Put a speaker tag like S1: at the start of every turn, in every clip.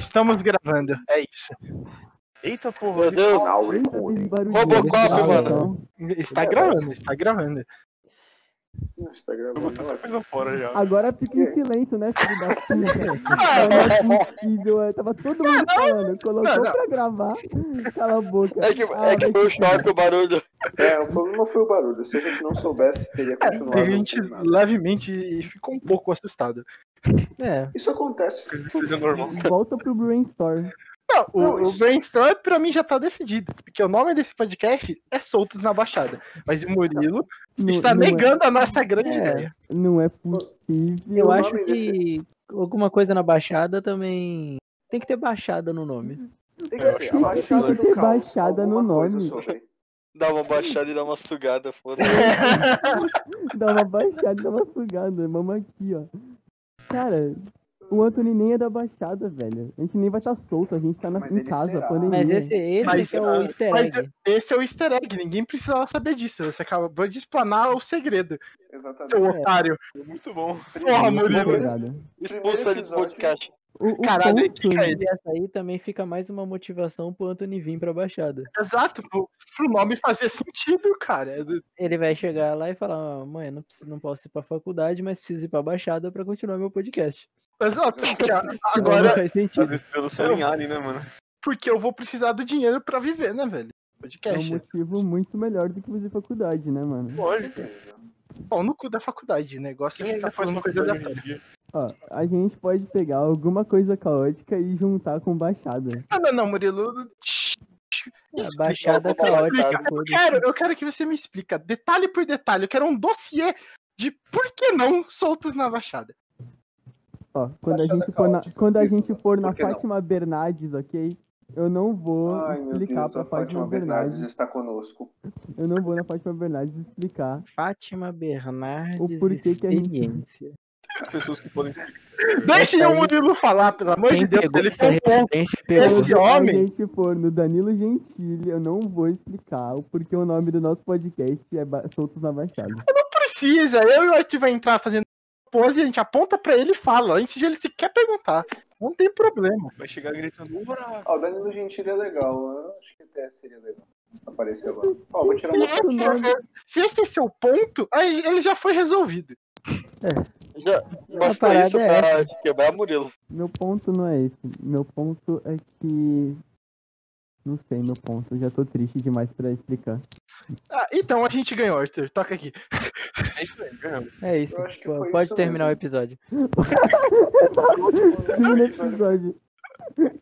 S1: Estamos gravando, é isso. Eita porra,
S2: tá
S3: Meu Deus.
S4: Now recording.
S3: Robocop,
S5: Então,
S3: mano.
S1: está gravando, está gravando.
S4: Está
S2: Eu vou botar
S4: gravando.
S2: tanta coisa fora já.
S5: Agora fica em silêncio, né? Filho da puta. Incrível, é. Tava todo mundo falando. Colocou
S1: Não, não.
S5: pra gravar. Cala a boca.
S3: É que,
S5: Ah,
S3: é que
S5: vai
S3: foi o
S5: se fuder.
S3: choque, o barulho.
S4: É, o problema não foi o barulho. Se a gente não soubesse,
S6: É,
S4: teria continuado.
S1: A gente
S4: não teria nada.
S1: levemente ficou um pouco assustado. É.
S4: Isso acontece.
S2: Seja normal.
S5: Volta pro brainstorm.
S1: Não, o,
S4: Não,
S1: o
S4: isso-
S1: brainstorm pra mim já tá decidido, porque o nome desse podcast é Soltos na Baixada. Mas o Murilo
S5: Não-
S3: tá
S1: está
S5: não é-
S1: negando a nossa grande
S6: É.
S1: ideia.
S5: Não é possível.
S6: Eu
S4: o
S6: acho
S4: nome
S6: que
S4: desse-
S6: alguma coisa na Baixada também. Tem que ter Baixada no nome.
S4: Tem
S2: Eu
S4: que ter
S2: acho
S4: a baixada
S5: que ter
S4: do caos.
S5: baixada
S4: alguma
S5: no
S4: coisa
S5: nome.
S4: sobre.
S3: Dá uma baixada e dá uma sugada, foda-se.
S2: É
S5: Dá uma baixada, dá uma sugada. Vamos aqui, ó. Cara, o Anthony nem é da baixada, velho. A gente nem vai estar solto, a gente tá na,
S4: Mas
S5: em
S4: ele
S5: casa,
S4: será.
S5: pandemia.
S6: Mas esse, esse
S1: Mas,
S6: que é
S1: ah,
S6: o easter
S1: mas
S6: egg.
S1: Esse é o easter egg, ninguém precisava saber disso. Você acabou de explanar o segredo, seu
S4: Exatamente.
S1: otário.
S2: Muito bom.
S5: Uhum.
S1: Porra,
S5: é
S1: Murilo.
S5: Obrigado.
S3: Expulsa ele do
S4: episódio.
S3: podcast.
S5: O, o
S1: Caralho,
S5: ponto-
S1: que caído.
S6: E essa aí também fica mais uma motivação pro Anthony vir pra Baixada.
S1: Exato, pro, pro nome fazer sentido, cara. é
S6: Ele vai chegar lá e falar: "Ah, mãe, eu não, preciso, não posso ir pra faculdade, mas preciso ir pra Baixada pra continuar meu podcast.
S1: Exato, porque a-
S6: Senão
S1: agora
S6: não faz
S2: As
S6: sentido.
S2: estrelas são em Alien, né, mano?
S1: Porque eu vou precisar do dinheiro pra viver, né, velho?
S5: É um
S1: Podcast.
S5: motivo muito melhor do que fazer faculdade, né, mano?
S2: Lógico.
S1: Pau no cu da faculdade. O negócio é
S2: Quem
S1: ficar
S2: ainda faz
S1: falando
S2: uma
S1: coisa
S2: coisa hoje
S1: aleatória.
S2: em dia?
S5: Ó, a gente pode pegar alguma coisa caótica e juntar com baixada.
S1: Ah, não, não, Murilo. Shhh.
S6: A Baixada
S3: Explica,
S6: caótica.
S3: explica.
S1: Eu
S6: foda-se.
S1: quero, eu quero que você me explica, detalhe por detalhe. Eu quero um dossiê de por que não soltos na baixada.
S5: Ó, quando a
S4: Baixada
S5: gente for na,
S4: caótica,
S5: quando a
S4: vírgula.
S5: gente for na
S4: Por que não?
S5: Fátima Bernardes, ok? Eu não vou
S4: Ai, meu
S5: explicar
S4: Deus,
S5: pra
S4: a
S5: Fátima
S4: Fátima Bernardes
S5: Bernardes.
S4: está conosco.
S5: Eu não vou na Fátima Bernardes explicar.
S6: Fátima Bernardes.
S5: O porquê que a gente-
S6: experiência.
S2: As pessoas que podem explicar.
S1: Deixem
S6: aí-
S1: o Murilo falar, pelo amor de
S6: Quem
S1: Deus.
S6: pegou
S1: Ele
S6: essa
S1: é um bom.
S6: referência
S1: Esse
S6: pegou.
S5: Quando
S1: homem-
S5: a gente for no Danilo Gentili, eu não vou explicar o porquê o nome do nosso podcast é Ba- Soltos na Baixada.
S1: Precisa, eu e o Arthur vai entrar fazendo pose e a gente aponta pra ele e fala. Antes de ele sequer perguntar. Não tem problema.
S2: Vai chegar gritando, ora!
S4: Ó, o Danilo Gentili é legal. Eu acho que até seria legal aparecer lá. Ó, vou tirar uma
S1: Se
S4: foto.
S1: esse- Se esse é seu ponto, aí ele já foi resolvido.
S3: Já, basta
S6: parada
S3: isso
S6: é
S3: pra quebrar Murilo.
S5: Meu ponto não é esse. Meu ponto é que. Não sei, meu ponto. Eu já tô triste demais pra explicar.
S1: Ah, então a gente ganhou, Arthur. Toca aqui.
S2: É isso aí, ganhamos.
S6: É isso.
S4: Eu acho que
S6: pô,
S4: foi
S6: Pode
S4: isso
S6: terminar o
S4: mesmo.
S6: episódio.
S5: Fim do episódio.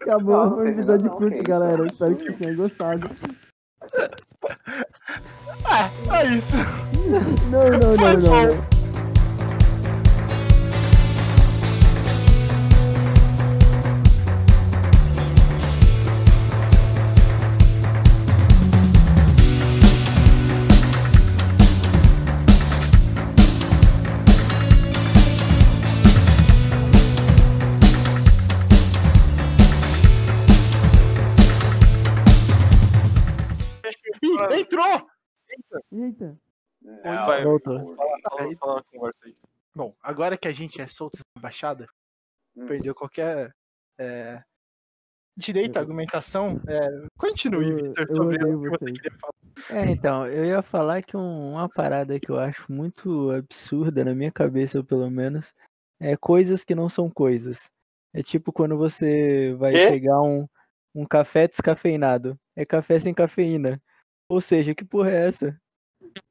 S5: Acabou,
S4: Não, não
S5: foi um
S4: terminou
S5: episódio
S4: não,
S5: curto,
S4: que isso, é
S5: galera.
S4: não,
S5: Espero que
S4: sumiu.
S5: tenham gostado.
S1: Ah, é isso.
S5: Não, não, não,
S1: Foi
S5: não. não.
S1: Ih, entrou!
S5: Eita.
S4: Não,
S2: Vai,
S6: Voltou.
S2: fala, fala uma conversa aí.
S1: Bom, agora que a gente é solto na baixada,
S4: Hum.
S1: perdeu qualquer é, direito à argumentação. é, continue,
S5: Uhum. Eu-
S1: Victor,
S5: eu
S1: sobre
S5: odeio
S1: o que você
S5: vocês.
S1: queria falar.
S6: É, então, eu ia falar que um- uma parada que eu acho muito absurda, na minha cabeça pelo menos, é coisas que não são coisas. É tipo quando você vai
S3: Quê?
S6: pegar um, um café descafeinado. É café sem cafeína. Ou seja, que porra é essa?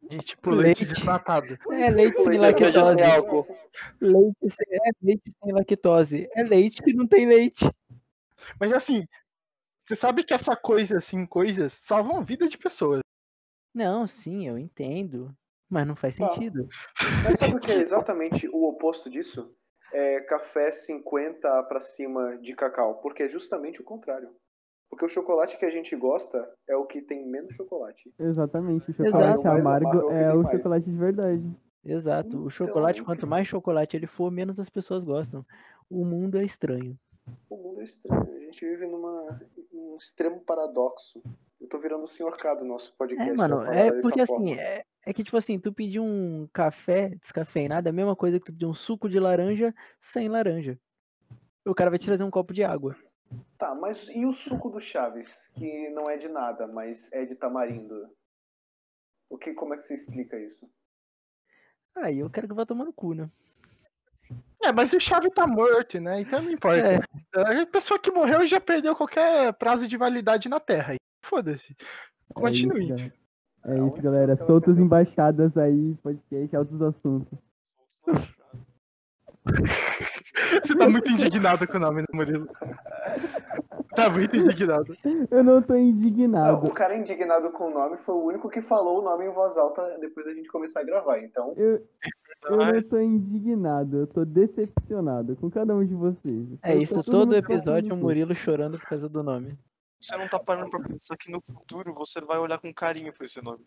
S1: De, tipo, leite,
S6: Leite.
S1: desnatado.
S6: É leite sem
S3: Coisa que já
S6: lactose.
S3: tem álcool.
S6: Leite sem, é leite sem lactose. É leite que não tem leite.
S1: Mas assim, você sabe que essa coisa, assim, coisas salvam a vida de pessoas.
S6: Não, sim, eu entendo. Mas não faz
S4: Tá.
S6: sentido.
S4: Mas sabe o que é exatamente o oposto disso? É café 50 pra cima de cacau, porque é justamente o contrário. Porque o chocolate que a gente gosta é o que tem menos chocolate.
S5: Exatamente, o
S6: Exato.
S5: chocolate
S4: Mas
S5: amargo
S4: amargo é o que tem
S5: é o
S4: mais.
S5: chocolate de verdade.
S6: Exato. O chocolate, quanto mais chocolate ele for, menos as pessoas gostam. O mundo é estranho.
S4: O mundo é estranho. A gente vive numa, num extremo paradoxo. Eu tô virando o senhor K do nosso podcast.
S6: É, mano,
S4: pra falar
S6: é
S4: dessa
S6: porque
S4: forma.
S6: assim, é, é que tipo assim, tu pedir um café descafeinado é a mesma coisa que tu pedir um suco de laranja sem laranja. O cara vai te trazer um copo de água.
S4: Tá, mas e o suco do Chaves, que não é de nada, mas é de tamarindo? O que, como é que você explica isso?
S6: Aí eu quero que vá tomar no cu, né?
S1: É, mas o Chave tá morto, né? Então não importa.
S5: É.
S1: A pessoa que morreu já perdeu qualquer prazo de validade na Terra. Foda-se. Continue.
S5: É isso, cara. É isso, galera. Soltas embaixadas aí, podcast, altos assuntos.
S1: Você tá muito indignado com o nome do Murilo. Tá muito indignado.
S5: Eu não tô
S4: Ah,
S5: indignado.
S4: o cara indignado com o nome foi o único que falou o nome em voz alta depois da gente começar a gravar, então.
S5: Eu,
S6: Uhum.
S5: eu não tô indignado, eu tô decepcionado com cada um de vocês.
S6: É
S5: Eu
S6: isso,
S5: tô-
S6: todo
S5: mundo
S6: episódio o
S5: falando
S6: Murilo chorando por causa do nome.
S2: Você não tá parando pra pensar que no futuro você vai olhar com carinho pra esse nome.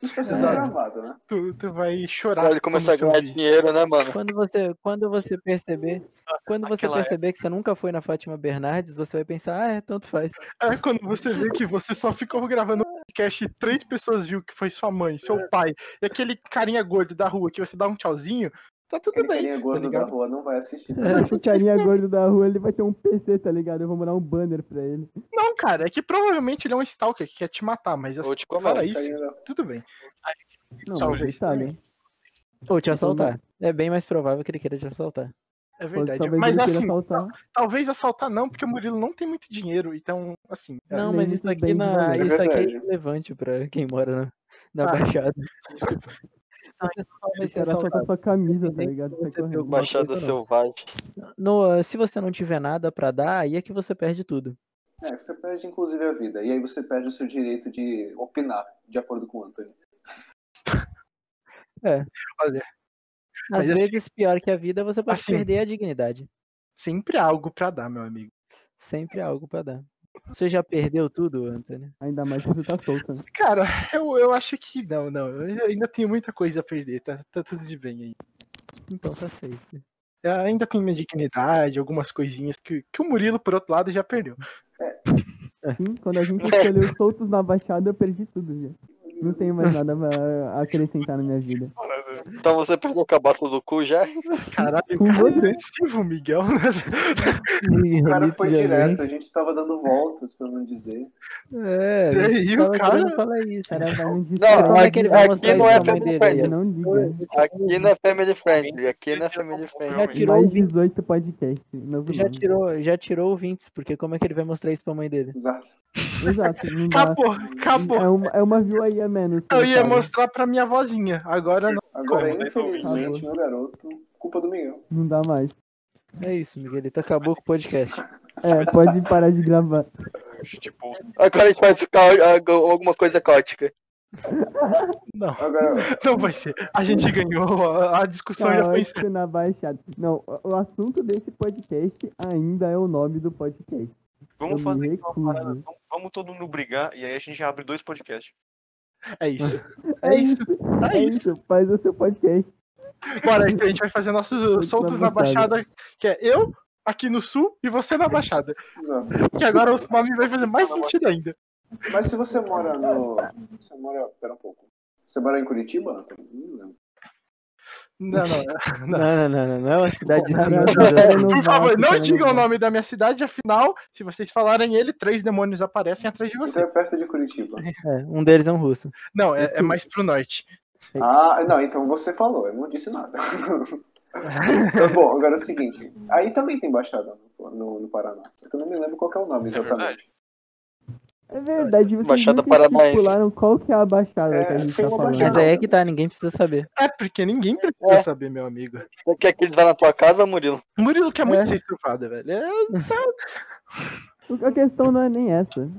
S4: Isso tá sendo
S1: Exato.
S4: gravado, né?
S1: Tu, tu vai chorar.
S3: Pra ele começar a
S1: quando
S3: ganhar
S1: subir.
S3: dinheiro, né, mano?
S6: Quando você, quando você perceber, quando
S1: é
S6: você
S2: Aquela
S6: perceber que você nunca foi na Fátima Bernardes, você vai pensar, ah, é, tanto faz.
S1: É quando você vê que você só ficou gravando um podcast e três pessoas viu que foi sua mãe, seu pai, e aquele carinha gordo da rua que você dá um tchauzinho, tá tudo
S4: Aquele
S1: bem.
S4: carinha é gordo da
S1: ligado?
S4: rua não vai assistir.
S5: É, Esse carinha gordo da rua, ele vai ter um PC, tá ligado? Eu vou mandar um banner pra ele.
S1: Não, cara, é que provavelmente ele é um stalker que quer te matar, mas assim,
S3: Vou te
S1: fora
S3: comer.
S1: isso,
S4: Carinha da-
S1: tudo bem.
S5: Não,
S2: Salve,
S5: mas ele sabe.
S1: É
S6: Ou te assaltar. É bem mais provável que ele queira te assaltar.
S1: É
S5: Pode-
S1: verdade.
S5: talvez
S1: Mas
S5: ele queira
S1: assim,
S5: assaltar.
S1: talvez assaltar não, porque o Murilo não tem muito dinheiro, então, assim. é,
S6: Não,
S5: nem
S6: mas
S5: muito
S6: isso aqui,
S5: bem de
S6: na,
S5: valor.
S4: É
S6: isso aqui é
S4: verdade.
S6: irrelevante pra quem mora na, na
S1: Ah,
S6: Baixada. Você só vai ser
S5: Será só com a
S6: assaltado.
S5: sua camisa, tá
S6: Independente
S5: ligado?
S6: de você
S5: Sai
S6: ter
S5: correndo.
S6: alguma
S3: Baixada
S6: coisa, não.
S3: selvagem.
S6: No, se você não tiver nada pra dar, aí é que você perde tudo.
S4: É, você perde inclusive a vida. E aí você perde o seu direito de opinar, de acordo com o Anthony.
S6: Às
S1: Mas, assim,
S6: vezes, pior que a vida, você pode
S1: assim,
S6: perder a dignidade.
S1: Sempre há algo pra dar, meu amigo.
S6: Sempre há algo pra dar. Você já perdeu tudo, Antônio?
S5: Ainda mais que você tá solta. né?
S1: Cara, eu, eu acho que não, não. Eu ainda tenho muita coisa a perder, tá, tá tudo de bem aí.
S6: Então tá safe.
S1: Eu ainda tenho minha dignidade, algumas coisinhas que, que o Murilo, por outro lado, já perdeu.
S5: Sim, quando a gente escolheu soltos na baixada, eu perdi tudo já. Não tenho mais nada pra acrescentar na minha vida.
S3: Então você perdeu o cabaço do cu já?
S1: Caralho,
S5: Com
S1: cara, é
S5: você.
S1: agressivo, Miguel. né?
S6: Ih,
S4: O cara
S6: Ronito
S4: foi
S6: já vem.
S4: direto, a gente tava dando voltas, pra não dizer.
S6: É,
S1: E aí, o
S6: tava
S1: cara-
S6: querendo falar isso. né?
S5: O cara vai me
S3: Não,
S6: Como é que ele vai
S3: aqui
S6: mostrar isso
S3: não
S6: pra
S3: é
S6: mãe
S3: family
S6: dele
S3: friendly.
S6: aí? ó?
S5: Não liga.
S3: Aqui não é family friendly, aqui não é family friendly.
S6: Já tirou
S5: Mais
S6: o vin-
S5: 18 podcast. Novo
S6: Já
S5: nome.
S6: tirou, já tirou ouvintes, porque como é que ele vai mostrar isso pra mãe dele?
S4: Exato.
S5: Exato. Não dá.
S1: Acabou, acabou.
S5: É uma, é uma view aí a menos.
S1: Eu ia
S5: sabe?
S1: mostrar pra minha vozinha. Agora não.
S4: Agora,
S2: Como, né,
S4: infelizmente, meu garoto, culpa do Miguel.
S5: Não dá mais.
S6: É isso, Miguelito. Acabou com o podcast.
S5: É, pode parar de gravar.
S2: Tipo,
S3: Agora a gente faz o cao- algo- alguma coisa caótica.
S1: Não,
S4: Agora,
S1: não vai ser. A gente ganhou, a, a discussão já foi encerrada.
S5: Caótico na baixada. Não, o- o assunto desse podcast ainda é o nome do podcast.
S2: vamos
S5: Eu
S2: fazer
S5: me
S6: Uhum.
S2: então uma parada.
S5: recuso.
S2: Vamos, vamos todo mundo brigar e aí a gente abre dois podcasts.
S1: É isso. É isso. É isso.
S5: Faz o seu podcast.
S1: Bora, aí, a gente vai fazer nossos soltos na
S5: baixada.
S1: Baixada, que é eu aqui no Sul e você na Baixada.
S4: exato.
S1: Que agora o nome vai fazer mais sentido ainda.
S4: Mas se você mora no. Você mora. Pera um pouco. Você mora em Curitiba? Anthony? Não lembro.
S1: Não, não.
S6: Não, não, não, não. Não é uma cidade
S5: Não,
S6: assim.
S5: não,
S6: uma
S5: não,
S6: coisa assim.
S5: não,
S1: Por
S5: vai,
S1: favor, não
S5: cara,
S1: digam o
S5: vai.
S1: nome da minha cidade, afinal, se vocês falarem ele, três demônios aparecem atrás de
S4: Então
S1: você.
S4: é perto de Curitiba.
S6: É, um deles é um russo.
S1: Não, é, é mais pro norte.
S4: Ah, não, então você falou, eu não disse nada. Mas, Bom, agora é o seguinte, aí também tem baixada no, no- no Paraná, só que eu não me lembro qual que é o nome exatamente.
S5: É verdade, vocês
S3: Baixada
S5: nunca
S3: Paranaense.
S5: estipularam qual que é a baixada
S4: É,
S5: que a gente
S4: tem
S5: tá
S4: uma
S5: falando.
S6: Mas
S4: baixada.
S6: aí é que tá, ninguém precisa saber.
S1: É porque ninguém precisa
S3: É.
S1: saber, meu amigo.
S3: Você quer que ele vá na tua casa, Murilo?
S1: Murilo quer muito
S6: É.
S1: ser estrupado, velho. É,
S5: O- A questão não é nem essa.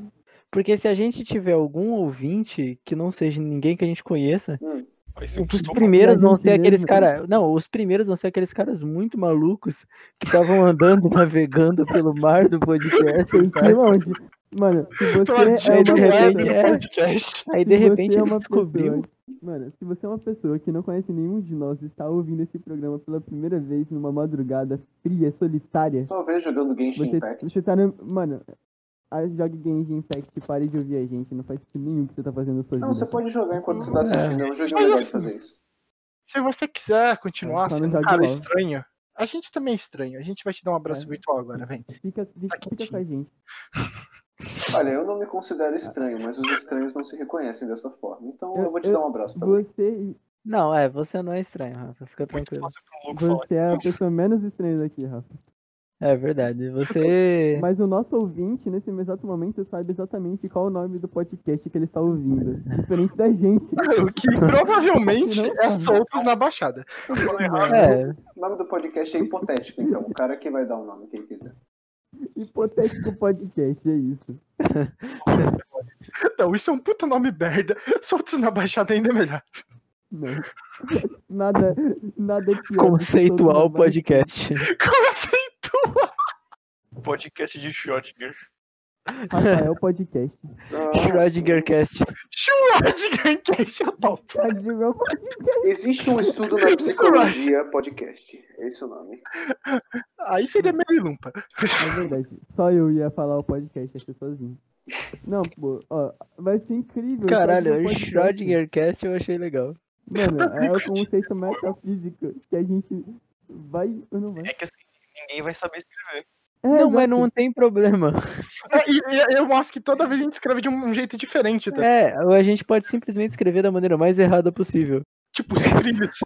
S6: Porque se a gente tiver algum ouvinte que não seja ninguém que a gente conheça,
S4: Hum,
S2: Vai ser um
S6: Os
S2: jogo.
S6: primeiros vão
S5: gente
S6: ser aqueles
S5: mesmo.
S6: caras. Não, os primeiros vão ser aqueles caras muito malucos que estavam andando, navegando pelo mar do podcast.
S5: Tem que ir
S6: sabe?
S5: longe. Mano, se
S1: Pela
S5: você é
S1: gente,
S6: de
S5: uma
S1: não é
S6: repente,
S1: do
S6: é.
S1: podcast.
S6: Aí
S5: Se
S6: de
S5: você
S6: repente
S5: é
S6: ele descobriu.
S5: Pessoa... Mano, se você é uma pessoa que não conhece nenhum de nós e está ouvindo esse programa pela primeira vez numa madrugada fria, solitária,
S4: talvez jogando Genshin
S5: você,
S4: Impact.
S5: você tá no. Mano, a jogue Genshin Impact e pare de ouvir a gente. Não faz sentido nenhum que você tá fazendo na sua
S4: Não,
S5: vida.
S4: você pode jogar enquanto você tá assistindo, é um jogo
S1: Mas
S4: legal de
S1: assim-
S4: fazer isso.
S1: Se você quiser continuar
S5: Só não
S1: sendo um
S5: jogue
S1: cara
S5: bola.
S1: estranho, A gente também é estranho. A gente vai te dar um abraço
S5: É.
S1: virtual agora, vem.
S5: Fica, fica, fica com a gente.
S4: Olha, eu não me considero estranho, mas os estranhos não se reconhecem dessa forma. Então
S5: Eu-
S4: eu vou te
S5: eu-
S4: dar um abraço também.
S5: Você,
S6: Não, é, você não é estranho, Rafa. Fica
S2: Muito
S6: tranquilo.
S2: fácil pra um louco falar.
S5: você é a pessoa menos estranha daqui, Rafa.
S6: É verdade. Você.
S5: Mas o nosso ouvinte, nesse exato momento, sabe exatamente qual o nome do podcast que ele está ouvindo. Diferente da gente.
S1: O que provavelmente
S5: Não,
S1: é
S5: sabe.
S1: soltos na baixada.
S5: né?
S6: É,
S4: O nome do podcast é hipotético, então. O cara que vai dar o nome, quem quiser.
S5: Hipotético podcast, é isso.
S1: Então, isso é um puta nome merda. Soltos na baixada ainda é melhor.
S5: Não. Nada, nada é pior do que
S6: conceitual
S5: todo mundo vai-
S6: podcast.
S1: Como assim?
S2: Podcast de Schrödinger.
S5: Rafael é Podcast.
S6: Schrodingercast.
S1: Schwarzenegger, que é já top.
S5: Admiral é Podcast.
S4: Existe um estudo na psicologia podcast. Esse é o nome.
S1: Aí seria Merilumpa.
S5: É verdade. Só eu ia falar o podcast, ia ser sozinho. Não, pô, ó, vai ser incrível.
S6: Caralho,
S5: Só que um podcast.
S6: Schrodingercast eu achei legal.
S5: Mano, é o conceito metafísico que a gente vai ou não vai.
S2: É que assim, ninguém vai saber escrever.
S5: É,
S6: Não, mas
S5: exato.
S6: não tem problema.
S1: É, e, e eu mostro que toda vez a gente escreve de um jeito diferente. Tá?
S6: É, a gente pode simplesmente escrever da maneira mais errada possível.
S1: Tipo, os trilhos.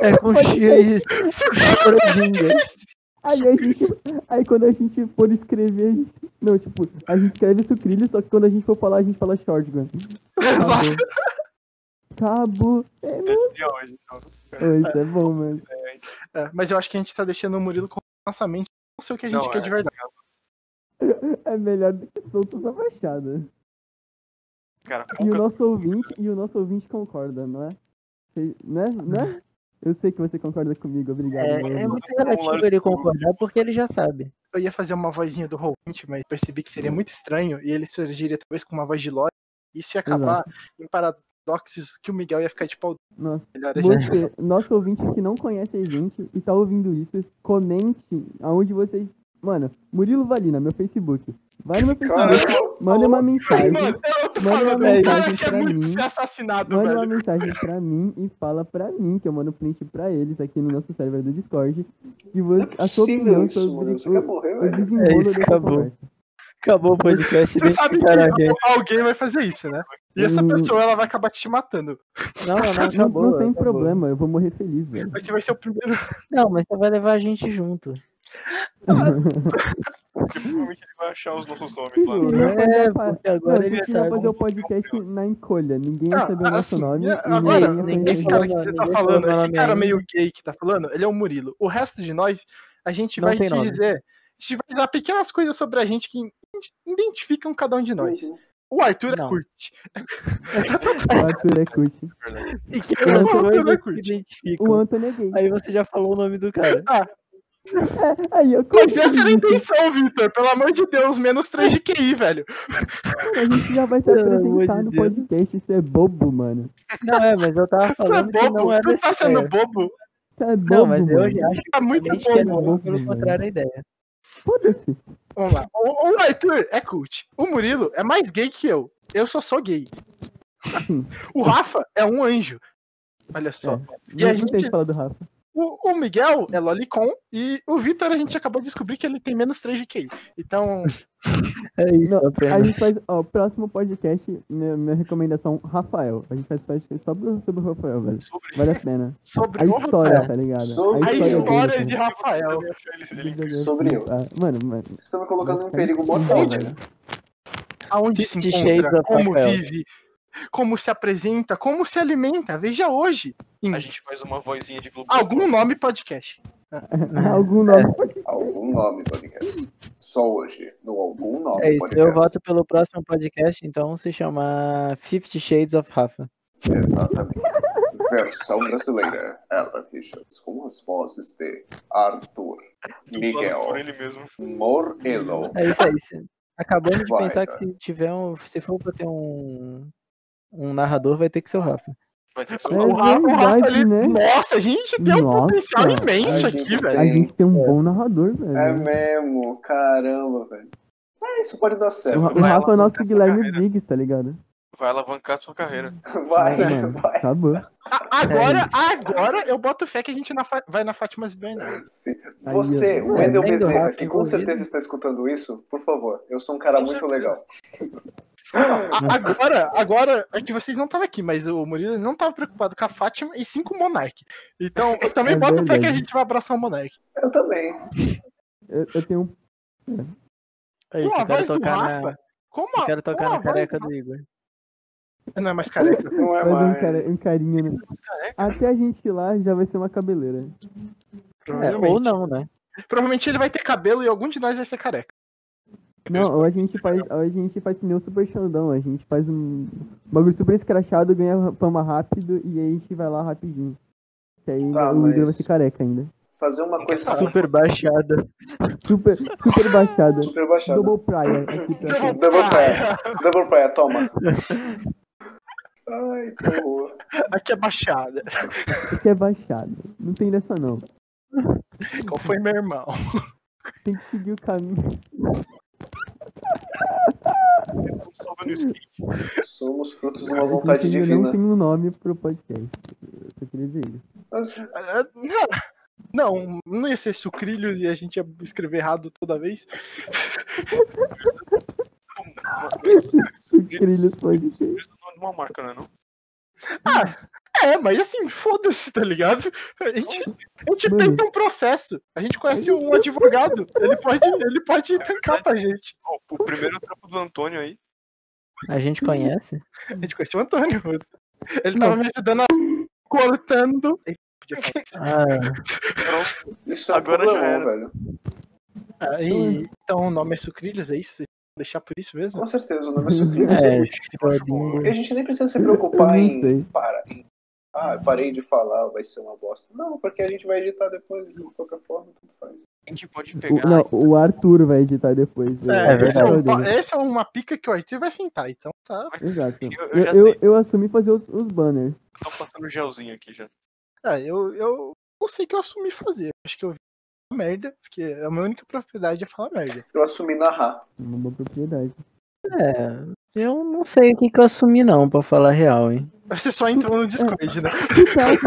S6: É com X. Schrödinger.
S5: Aí a gente. Aí quando a gente for escrever, a gente. Não, tipo, a gente escreve sucrilho, só que quando a gente for falar, a gente fala shotgun.
S1: Exato.
S5: Cabo. É, meu-
S2: E hoje, então,
S5: Ô, isso é bom, mano.
S1: É, mas eu acho que a gente tá deixando o Murilo com nossa mente. Não sei o que a gente
S2: Não,
S1: quer
S2: é.
S1: de verdade.
S5: É melhor do que soltos na baixada.
S2: cara,
S5: E o
S2: poucas
S5: nosso ouvinte, e o nosso ouvinte concorda, não é? Sei- Né? Né? Eu sei que você concorda comigo, obrigado. mano.
S6: É, é muito relativo ele concordar porque ele já sabe.
S1: Eu ia fazer uma vozinha do roll mas percebi que
S2: Hum.
S1: seria muito estranho e ele surgiria talvez com uma voz de Lore. Isso ia acabar em paradoxos que o Miguel ia ficar de pau.
S5: Nossa.
S1: Melhor a gente.
S5: Você, nosso ouvinte que não conhece a gente e tá ouvindo isso, comente aonde vocês. Mano, Murilo Valina, meu Facebook. Vai no meu
S4: Cara,
S5: Facebook, manda uma mensagem.
S1: Mano, eu tô
S5: Manda
S1: falando,
S5: uma
S1: um cara
S5: mensagem
S1: que é
S5: pra
S1: muito
S5: mim.
S1: ser assassinado,
S5: Manda
S1: velho.
S5: uma mensagem pra mim e fala pra mim, que eu mando print pra eles aqui no nosso server do Discord. E você,
S4: Não é
S5: a sua
S4: possível
S5: opinião
S4: isso,
S5: sobre
S4: mano.
S5: o,
S4: Você quer morrer,
S5: o
S4: velho?
S5: desenrolo
S6: É isso,
S5: dessa
S6: acabou.
S5: conversa.
S6: Acabou o podcast
S1: Você
S6: desse
S1: sabe que
S6: cara aqui.
S1: alguém vai fazer isso, né? E essa
S5: Hum.
S1: pessoa ela vai acabar te matando.
S6: Não, não,
S5: Não, não
S6: acabou.
S5: tem
S6: acabou.
S5: problema, eu vou morrer feliz, velho.
S1: Você vai ser o primeiro.
S6: Não, mas você vai levar a gente junto.
S2: porque provavelmente ele vai achar os nossos nomes lá.
S5: Ele vai fazer
S6: É,
S5: a pa-
S6: porque
S5: Não,
S6: agora
S5: a
S6: ele
S5: gente ia
S6: sabe.
S5: fazer o podcast na encolha. Ninguém ia
S1: Ah,
S5: saber o nosso
S1: assim,
S5: nome.
S1: é,
S5: e ninguém
S1: agora,
S5: ia conhecer
S1: Esse
S6: Ninguém
S5: o
S1: cara
S5: nome.
S1: que você tá falando,
S6: ninguém falou
S1: esse
S6: nome
S1: cara
S6: ainda.
S1: meio gay que tá falando, ele é o Murilo. O resto de nós, a gente
S6: Não
S1: vai
S6: tem
S1: te
S6: nome.
S1: dizer. A gente vai dar pequenas coisas sobre a gente que identificam cada um de nós.
S4: Uhum.
S1: O Arthur é
S6: Não.
S1: curte.
S5: O Arthur é cut.
S6: E que elas
S1: Eu não
S6: não se
S1: curti.
S5: O
S6: identificam.
S5: Antônio é gay.
S6: Aí você já falou o nome do cara.
S5: É, aí eu
S1: Mas essa era a
S5: consegui.
S1: intenção, Victor. Pelo amor de Deus, menos 3 de QI, velho.
S5: A gente já vai se
S6: Pelo amor
S5: apresentar
S6: de
S5: no
S6: Deus.
S5: podcast, isso é bobo, mano.
S6: Não, é, mas eu tava
S1: Você é
S6: falando que não é.
S1: bobo.
S6: era
S1: Tu tá
S6: essa
S1: sendo
S6: ideia.
S1: bobo?
S5: Isso é bobo,
S6: Não, mas eu
S5: mano.
S6: já acho
S1: Tá muito
S6: que é
S1: bobo.
S6: não, pelo
S5: mano.
S6: contrário a ideia.
S5: Foda-se.
S1: Vamos lá. O, o Arthur é cult. O Murilo é mais gay que eu. Eu só sou gay.
S5: Sim.
S1: O Rafa é um anjo. Olha só. E
S5: não,
S1: a
S5: não tem
S1: gente-
S5: o que falar do Rafa.
S1: O, o Miguel é lolicon e o Vitor a gente acabou de descobrir que ele tem menos 3 de QI. Então,
S6: É isso,
S5: Não, A
S6: apenas.
S5: gente faz, ó, próximo podcast, minha, minha recomendação, Rafael. A gente faz podcast só pro- sobre o Rafael, velho.
S2: é Sobre
S5: Vale a pena.
S1: sobre
S5: A
S1: o
S5: história,
S1: Rafael.
S5: tá ligado?
S4: Sobre
S1: A história
S5: dele,
S1: de
S5: tá
S1: Rafael.
S2: também achar ele, ele
S5: ligado?
S4: Sobre eu.
S5: Ah, Mano, mano.
S4: Vocês estão me colocando
S1: um
S4: em perigo mortal,
S1: né?
S4: velho.
S1: Aonde se
S6: Fifty Shades
S1: encontra,
S6: of
S1: como
S6: Rafael.
S1: vive, como se apresenta, como se alimenta. Veja hoje.
S2: A gente faz uma vozinha de Globo.
S1: Algum nome podcast.
S6: É,
S5: Algum nome.
S4: Algum nome podcast. Só hoje. No algum nome
S6: É isso,
S4: podcast.
S6: eu voto pelo próximo podcast, então se chamar Fifty Shades of Rafa.
S4: Exatamente. Versão brasileira. Ellen Richards. Com as vozes de Arthur,
S2: dublado por
S4: Miguel,
S2: ele mesmo.
S4: Morello.
S6: É isso aí. se- Acabamos de
S4: Vai,
S6: pensar que
S4: cara.
S6: se tiver um. Se for pra ter um. Um narrador, vai ter que ser o Rafa.
S2: Vai ter que ser
S5: É
S1: o Rafa, o Rafa
S5: verdade,
S1: ele...
S5: né?
S1: Nossa, a gente tem um
S5: Nossa.
S1: potencial imenso
S4: A
S1: aqui,
S4: gente
S1: velho.
S5: A gente tem um bom narrador, velho.
S4: É mesmo, caramba, velho. É, isso pode dar certo.
S5: O Ra- o
S2: vai lá
S5: Rafa é o nosso
S2: pra
S5: Guilherme
S2: carreira.
S5: Briggs, tá ligado?
S2: Vai alavancar sua carreira.
S4: Vai,
S5: É, mano.
S4: vai.
S5: Acabou.
S1: A- agora, agora eu boto fé que a gente na fa- vai na Fátima Bernardes.
S4: Sim. Você,
S5: ó.
S4: o Wendel
S6: É, vendo o
S4: Bezerra,
S6: Rafa
S4: que com
S6: envolvido.
S4: certeza está escutando isso, por favor, eu sou um cara
S2: Com
S4: muito
S2: certeza.
S4: legal.
S1: A- agora, agora, é que vocês não estavam aqui, mas o Murilo não tava preocupado com a Fátima e sim com o Monark. Então, eu também
S5: É
S1: boto fé
S5: verdade.
S1: que a gente vai abraçar o Monark.
S4: Eu também.
S5: Eu, eu tenho um.
S6: Aí,
S1: Com
S6: se
S1: a
S6: eu quero
S1: voz do
S6: tocar
S1: Rafa.
S6: na,
S1: Como
S6: eu
S1: a,
S6: quero tocar
S1: com a
S6: na
S1: voz
S6: careca
S1: do
S6: do Igor. É,
S1: Rafa- Não é mais careca.
S4: Não é
S5: Mas um,
S4: mais.
S5: cara, um carinho, né? Até a gente ir lá já vai ser uma cabeleira.
S6: É,
S1: Provavelmente.
S6: ou não, né?
S1: Provavelmente ele vai ter cabelo e algum de nós vai ser careca.
S5: Não, ou a gente faz, ou a gente faz que nem o Super Xandão, a gente faz um bagulho super escrachado, ganha fama rápido e aí a gente vai lá rapidinho. Que aí
S4: Tá,
S5: o Igor
S4: mas-
S5: vai ser careca ainda.
S4: Fazer uma coisa
S6: Super baixada.
S5: Super, super baixada.
S4: super baixada.
S5: Double praia aqui pra cá.
S4: Double praia. Double praia, toma. Ai, que horror.
S1: Aqui é baixada.
S5: Isso é baixada. Não tem dessa não.
S1: Qual foi meu irmão?
S5: Tem que seguir o caminho.
S2: Não sobe no skate.
S4: Somos frutos de né? uma
S5: Eu
S4: vontade
S5: não tenho- não
S4: divina.
S5: tem um nome pro podcast. Eu só queria dizer isso.
S4: Mas-
S1: Ah, Não, não ia ser sucrilhos e a gente ia escrever errado toda vez.
S5: Trilhos podcast.
S2: Isso não é uma marca, né? Não?
S1: É, mas assim, foda-se, tá ligado? A gente, a gente
S5: Mano.
S1: tenta um processo. A gente conhece um advogado. Ele pode, ele pode tancar pra gente.
S2: Ó, o primeiro trampo do Antônio aí.
S6: A gente conhece?
S1: A gente conhece o Antônio. Ele tava me ajudando a... cortando. Ele podia falar isso.
S6: Ah,
S2: Pronto.
S4: Isso é um
S2: Agora já
S4: problemão,
S2: era.
S4: velho.
S1: Ah, e- então o nome é sucrilhos, é isso? Vocês vão deixar por isso mesmo?
S4: Com certeza, o nome é sucrilhos.
S6: é,
S4: E a gente nem precisa se
S5: Eu
S4: preocupar
S5: não
S4: em.
S5: sei.
S4: Para. em, Ah, eu parei de falar, vai ser uma bosta. Não, porque a gente vai editar depois, de qualquer forma, tanto faz.
S2: A gente pode
S5: O,
S2: pegar.
S5: não, o Arthur vai editar depois.
S1: É,
S6: verdade.
S1: esse, é um,
S5: Deus.
S1: essa é uma pica que o Arthur vai sentar, então tá.
S5: Exato.
S2: Eu,
S5: Eu,
S2: eu já
S5: eu,
S2: sei,
S5: eu assumi fazer os, os banners.
S2: eu tô passando gelzinho aqui já.
S1: Ah, eu, eu não sei o que eu assumi fazer. Acho que eu vi uma merda, porque a minha única propriedade é falar merda.
S4: Eu assumi narrar.
S5: Uma boa propriedade.
S6: eu não sei o que, que eu assumi, não, pra falar a real, hein?
S1: Você só entrou no Discord, né?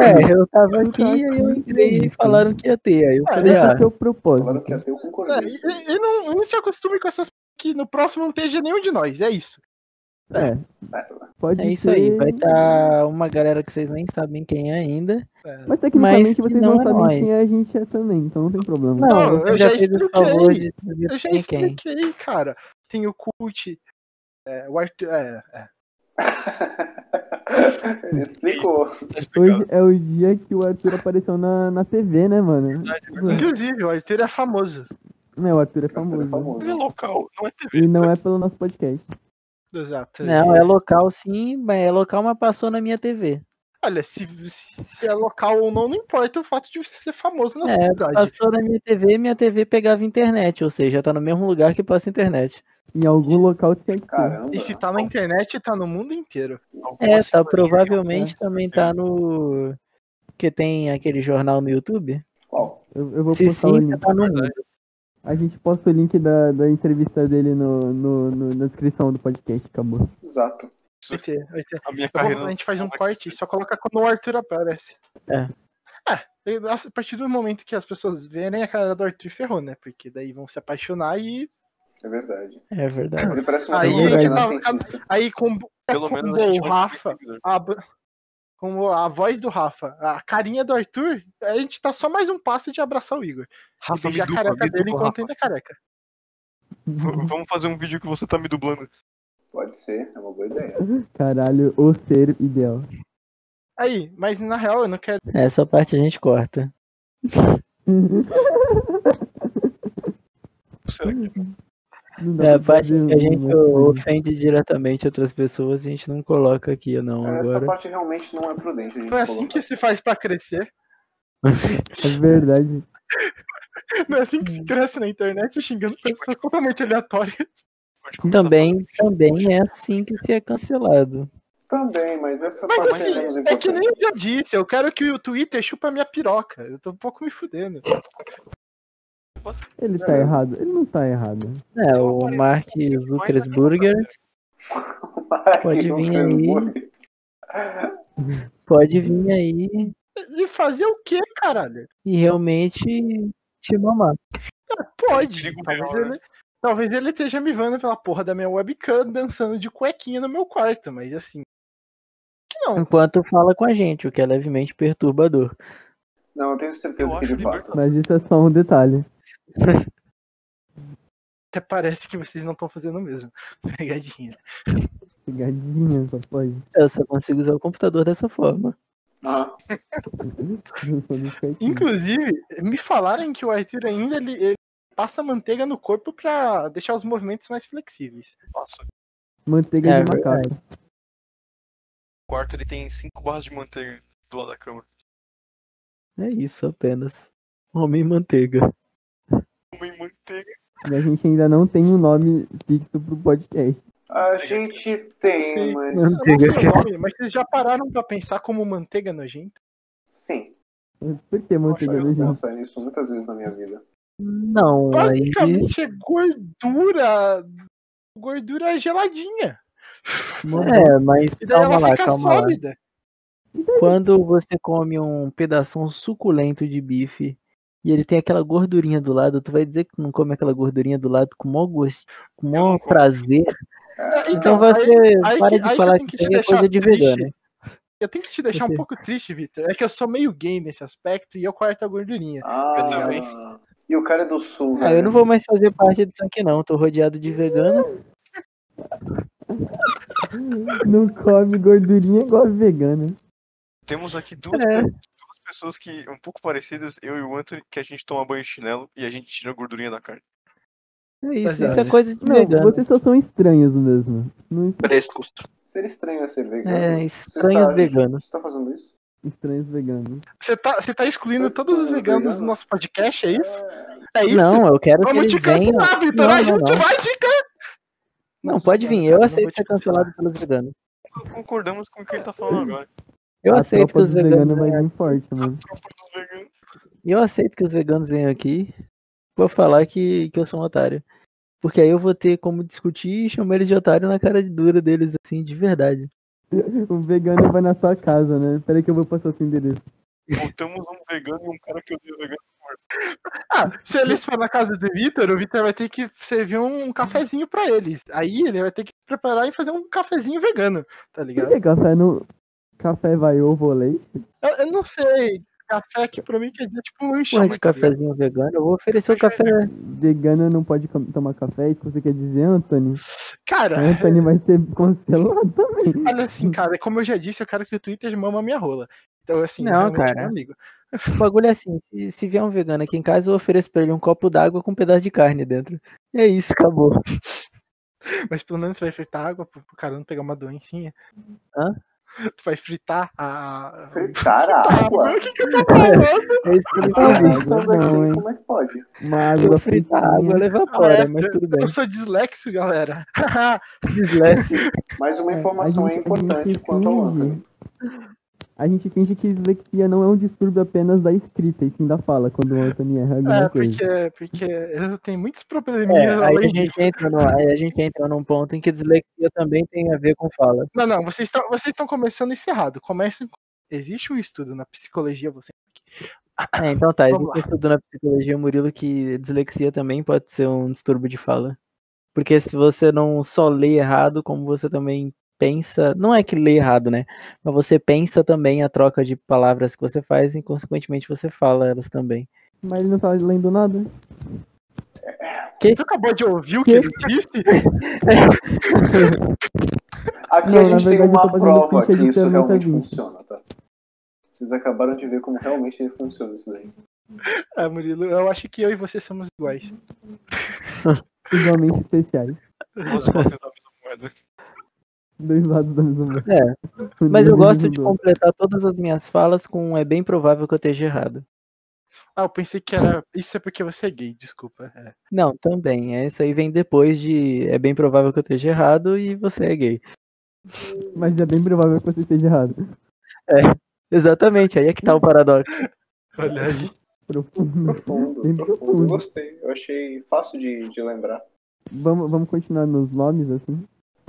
S6: É, eu tava
S5: Eu
S6: aqui,
S5: tava
S6: aí eu
S5: aqui,
S6: entrei
S5: né?
S6: e falaram que ia ter. Aí eu falei,
S5: Esse é
S6: ah,
S5: o seu propósito.
S4: Falaram que até eu concordei.
S1: É, e, e- e não, e não se acostume com essas que no próximo não esteja nenhum de nós, é isso.
S5: É, pode
S6: é isso
S5: ser-
S6: aí. Vai estar uma galera que vocês nem sabem quem é ainda.
S1: É.
S5: Mas tecnicamente
S6: Mas que
S5: vocês
S6: não
S5: não,
S6: é
S5: sabem
S6: nós.
S5: quem a gente é também, então não tem problema.
S1: Não, eu
S6: você
S1: já
S6: fez o
S1: expliquei.
S6: favor de dizer
S1: Eu já
S6: quem é quem.
S1: expliquei, cara. Tem o Cult, é, o Arthur. É, é.
S4: é, Ele explicou.
S2: Tá
S5: Hoje
S2: explicado.
S5: é o dia que o Arthur apareceu na, na TV, né, mano?
S1: Inclusive, o Arthur é famoso.
S5: Não, o Arthur
S4: O
S5: é
S4: Arthur
S5: famoso.
S4: é famoso.
S2: Mas é local, não é TV.
S5: E não é pelo nosso podcast.
S1: Exato.
S6: Não, é local sim, mas é local, mas passou na minha TV.
S1: Olha, se, se é local ou não, não importa o fato de você ser famoso na
S6: É,
S1: sua cidade.
S6: Passou na minha TV, minha TV pegava internet, ou seja, tá no mesmo lugar que passa internet.
S5: Em algum local tinha que ser.
S4: Caramba.
S1: E se tá na internet, tá no mundo inteiro.
S6: É,
S2: Algumas
S6: tá
S2: cidades
S1: né?
S6: provavelmente também tá no que tem aquele jornal no YouTube.
S4: Qual?
S5: Eu, eu vou
S6: Se
S5: postar
S6: sim,
S5: o
S6: você
S5: link.
S6: tá
S1: É
S6: no mundo.
S5: A gente posta o link da, da entrevista dele no, no, no- na descrição do podcast, acabou.
S4: Exato.
S1: Vai ter, vai ter.
S2: A minha
S1: Eu vou-
S2: carreira.
S1: a gente faz um
S2: Tá vai-
S1: corte e só coloca quando o Arthur aparece.
S6: É.
S1: É, e, nossa, a partir do momento que as pessoas verem a cara do Arthur ferrou, né? Porque daí vão se apaixonar e
S4: É verdade.
S6: É verdade.
S4: Ele parece um uma
S1: Aí,
S4: figura
S1: tipo,
S4: renascentista.
S1: aí com,
S2: Pelo
S1: com
S2: menos a
S1: o
S2: gente vai né?
S1: Rafa,
S2: conseguir.
S1: a, b- com a voz do Rafa, a carinha do Arthur, a gente tá só mais um passo de abraçar o Igor.
S2: Rafa,
S1: e
S2: me
S1: beijar a
S2: dupla,
S1: careca
S2: me
S1: dele
S2: dupla,
S1: enquanto
S2: Rafa.
S1: ainda é careca.
S2: V- Vamos fazer um vídeo que você tá me dublando.
S4: Pode ser, é uma boa ideia.
S5: Caralho, o ser ideal.
S1: Aí, mas na real eu não quero.
S6: É, Essa parte a gente corta.
S2: Será que
S5: Não dá
S6: É a
S5: pra
S6: parte
S5: fazer um
S6: que a gente
S5: uma coisa.
S6: ofende diretamente outras pessoas, a gente não coloca aqui, não,
S4: Essa
S6: agora.
S4: parte realmente não é prudente. A gente
S1: Não é assim
S4: colocar.
S1: que se faz pra crescer.
S5: É verdade.
S1: Não é assim que
S2: Hum.
S1: se cresce na internet xingando
S2: Tipo,
S1: pessoas totalmente aleatórias.
S2: pode começar
S6: Também, também é assim que se é cancelado.
S4: Também, mas essa
S1: Mas
S4: parte é
S1: assim,
S4: menos
S1: é que
S4: importante.
S1: nem eu já disse, eu quero que o Twitter chupa minha piroca. Eu tô um pouco me fudendo.
S5: Ele tá errado. Ele não tá errado.
S6: É, o Mark Zuckerberg Pode
S4: Eu
S6: vir
S4: quero
S6: aí.
S4: morrer.
S6: Pode vir aí
S1: E fazer o quê, caralho?
S6: e realmente te mamar.
S1: Ah, pode.
S2: Perigo
S1: Talvez
S2: maior, né?
S1: ele, talvez ele esteja me vendo pela porra da minha webcam dançando de cuequinha no meu quarto, mas assim.
S6: Enquanto fala com a gente, o que é levemente perturbador.
S4: Não, eu tenho certeza
S2: Eu
S4: que
S2: acho
S4: de fato.
S2: libertador.
S5: Mas isso é só um detalhe.
S1: Até parece que vocês não estão fazendo o mesmo. Pegadinha.
S5: Pegadinha, só pode.
S6: Eu só consigo usar o computador dessa forma.
S4: Ah,
S5: Eu sou do certinho.
S1: Inclusive, me falaram que o Arthur ainda ele, ele passa manteiga no corpo pra deixar os movimentos mais flexíveis.
S2: Nossa, o
S5: Manteiga
S6: É
S5: de macaco.
S6: verdade.
S2: quarto ele tem cinco barras de manteiga do lado da cama.
S6: É isso apenas. Homem e manteiga.
S2: Uma em manteiga.
S5: E a gente ainda não tem um nome fixo pro podcast.
S4: a gente tem,
S1: Sim.
S4: mas.
S1: Eu
S6: Uhum.
S1: não sei
S6: Manteiga. é
S1: o nome, mas vocês já pararam pra pensar como manteiga nojenta?
S4: Sim.
S5: Por que
S4: Poxa,
S5: manteiga
S4: eu
S5: do
S4: penso nisso muitas vezes na minha vida.
S6: Não, aí.
S1: Basicamente é gordura. Gordura geladinha.
S6: É, mas
S1: E daí
S6: calma
S1: ela
S6: lá,
S1: fica
S6: calma lá.
S1: sólida.
S6: Quando você come um pedação suculento de bife e ele tem aquela gordurinha do lado, tu vai dizer que não come aquela gordurinha do lado com maior gosto, com maior
S2: não como.
S6: prazer.
S4: É.
S6: Então,
S1: Então,
S6: você
S1: aí
S6: para
S1: que-
S6: de
S1: aí que
S6: falar
S1: eu
S6: que,
S1: tenho que
S6: isso
S1: te
S6: aí é
S1: deixar
S6: coisa de
S1: triste.
S6: vegano.
S1: Eu tenho que te deixar
S6: Você-
S1: um pouco triste, Victor. É que eu sou meio gay nesse aspecto e eu corto a gordurinha.
S4: Ah,
S2: Eu também.
S4: E o cara é do sul,
S6: Então, Ah,
S4: né?
S6: eu não vou mais fazer parte disso aqui não, tô rodeado de vegano.
S5: Não come gordurinha igual vegana.
S2: Temos aqui duas, pe-
S6: É.
S2: duas pessoas que um pouco parecidas, eu e o Anthony, que a gente toma banho de chinelo e a gente tira a gordurinha da carne.
S6: É isso,
S1: Tá
S6: isso é
S1: certo.
S6: coisa de
S5: Não,
S6: vegano.
S5: vocês só são estranhos mesmo. Não
S3: Frescos.
S4: Seria estranho ser vegano.
S6: É,
S4: Você
S6: estranhos
S4: está-
S6: veganos.
S4: Você tá fazendo isso?
S5: estranhos veganos.
S1: Você tá, você tá excluindo
S4: Mas
S1: todos os
S4: todos os
S1: veganos
S4: veganos?
S1: do nosso podcast, é isso?
S4: É,
S1: É isso?
S6: Não, eu quero que
S1: Vamos te
S6: eles venham.
S1: cancelar, Vitor.
S6: Não,
S1: a gente
S6: não, não.
S1: vai te
S6: Não, pode vir,
S1: Não
S6: eu
S1: vou
S6: aceito
S1: te
S6: ser
S1: cancelar.
S6: cancelado pelos veganos.
S2: Não Concordamos com o que ele tá falando agora.
S6: Eu
S5: A
S6: aceito que
S5: tropa
S6: os
S5: dos
S6: veganos é assim.
S5: vai vir forte,
S2: A
S5: mano.
S2: tropa dos veganos.
S6: Eu aceito que os veganos venham aqui pra falar que, que eu sou um otário. Porque aí eu vou ter como discutir e chamar eles de otário na cara de dura deles, assim, de verdade.
S5: Um vegano vai na sua casa, né? Pera aí que eu vou passar seu endereço.
S2: Voltamos um vegano e um cara que odeia vegano.
S1: Ah, se eles forem na casa do Vitor, o Vitor vai ter que servir um cafezinho pra eles. Aí ele vai ter que se preparar e fazer um cafezinho vegano, tá
S5: Por
S1: ligado?
S5: que café não. Café vai ovo ou leite?
S1: Eu, eu não sei. Café aqui pra mim quer dizer tipo lanchinho.
S6: Porra de cafezinho vegano, eu vou oferecer o
S2: Acho
S6: café.
S5: Vegano não pode com- tomar café? é Isso que você quer dizer, Anthony?
S1: Cara,
S5: Anthony vai ser cancelado também.
S6: Hum.
S1: olha assim, cara, como eu já disse, eu quero que o Twitter mama minha rola. Então, assim,
S6: Não,
S1: realmente,
S6: cara.
S1: meu amigo.
S6: O bagulho é assim: se, se vier um vegano aqui em casa, eu ofereço pra ele um copo d'água com um pedaço de carne dentro. É isso, acabou.
S1: Mas pelo menos você vai fritar água pro, pro cara não pegar uma doencinha.
S6: Hã?
S1: Tu vai fritar a.
S4: fritar a água?
S1: O que, que eu tô falando?
S6: É isso que eu
S4: Ah,
S5: Água,
S6: entendi.
S4: pensando
S5: não,
S4: aqui,
S5: hein?
S4: como é que pode?
S5: Uma
S6: Se eu
S5: água
S6: fritar
S5: fritinha.
S6: a água, ela evapora,
S1: Ah, é?
S6: mas tudo bem.
S1: Eu sou dislexo, galera.
S6: Dislexia.
S4: Mais uma
S5: É, a
S4: informação é
S5: gente- a
S4: importante
S5: gente
S4: quanto ao
S5: finge-
S4: Anthony.
S5: A gente finge que dislexia não é um distúrbio apenas da escrita, e sim da fala, quando o Anthony erra alguma
S1: É,
S5: coisa.
S1: porque, porque eu tenho muitos
S6: É,
S1: probleminhas
S6: aí, a
S1: além disso.
S6: gente entra no, aí a gente entra num ponto em que dislexia também tem a ver com fala.
S1: Não, não, vocês estão vocês estão começando isso errado. Comecem. com- Existe um estudo na psicologia, você.
S6: É, então tá,
S1: Vamos
S6: existe um estudo na psicologia, Murilo, que dislexia também pode ser um distúrbio de fala. Porque se você não só lê errado, como você também pensa. Não é que lê errado, né? Mas você pensa também a troca de palavras que você faz e, consequentemente, você fala elas também.
S5: Mas ele não tá lendo nada.
S1: Você acabou de ouvir o que ele disse?
S4: Aqui
S5: Não,
S4: a
S5: na
S4: gente tem
S5: verdade, eu tô
S4: uma
S5: fazendo
S4: prova
S5: print
S4: que
S5: editando
S4: isso
S5: muita
S4: realmente
S5: gente.
S4: funciona, tá? Vocês acabaram de ver como realmente ele funciona isso
S5: Uhum.
S4: daí.
S1: Ah, Murilo, eu acho que eu e você somos iguais.
S5: Igualmente especiais.
S2: Duas faces da mesma moeda.
S5: Dois lados da mesma moeda.
S6: É,
S5: Um
S6: mas eu
S5: dedo
S6: gosto de
S5: do outro.
S6: completar todas as minhas falas com é bem provável que eu esteja errado.
S1: Ah, eu pensei que era. Isso é porque você é gay, desculpa. É.
S6: Não, também. É, isso aí vem depois de é bem provável que eu esteja errado e você é gay.
S5: Mas é bem provável que você esteja errado.
S6: Exatamente, aí é que tá o paradoxo.
S1: Olha aí.
S5: Profundo.
S4: Profundo,
S5: Bem
S4: profundo.
S5: profundo.
S4: Eu gostei. Eu achei fácil de, de lembrar.
S5: Vamos, vamos continuar nos nomes, assim?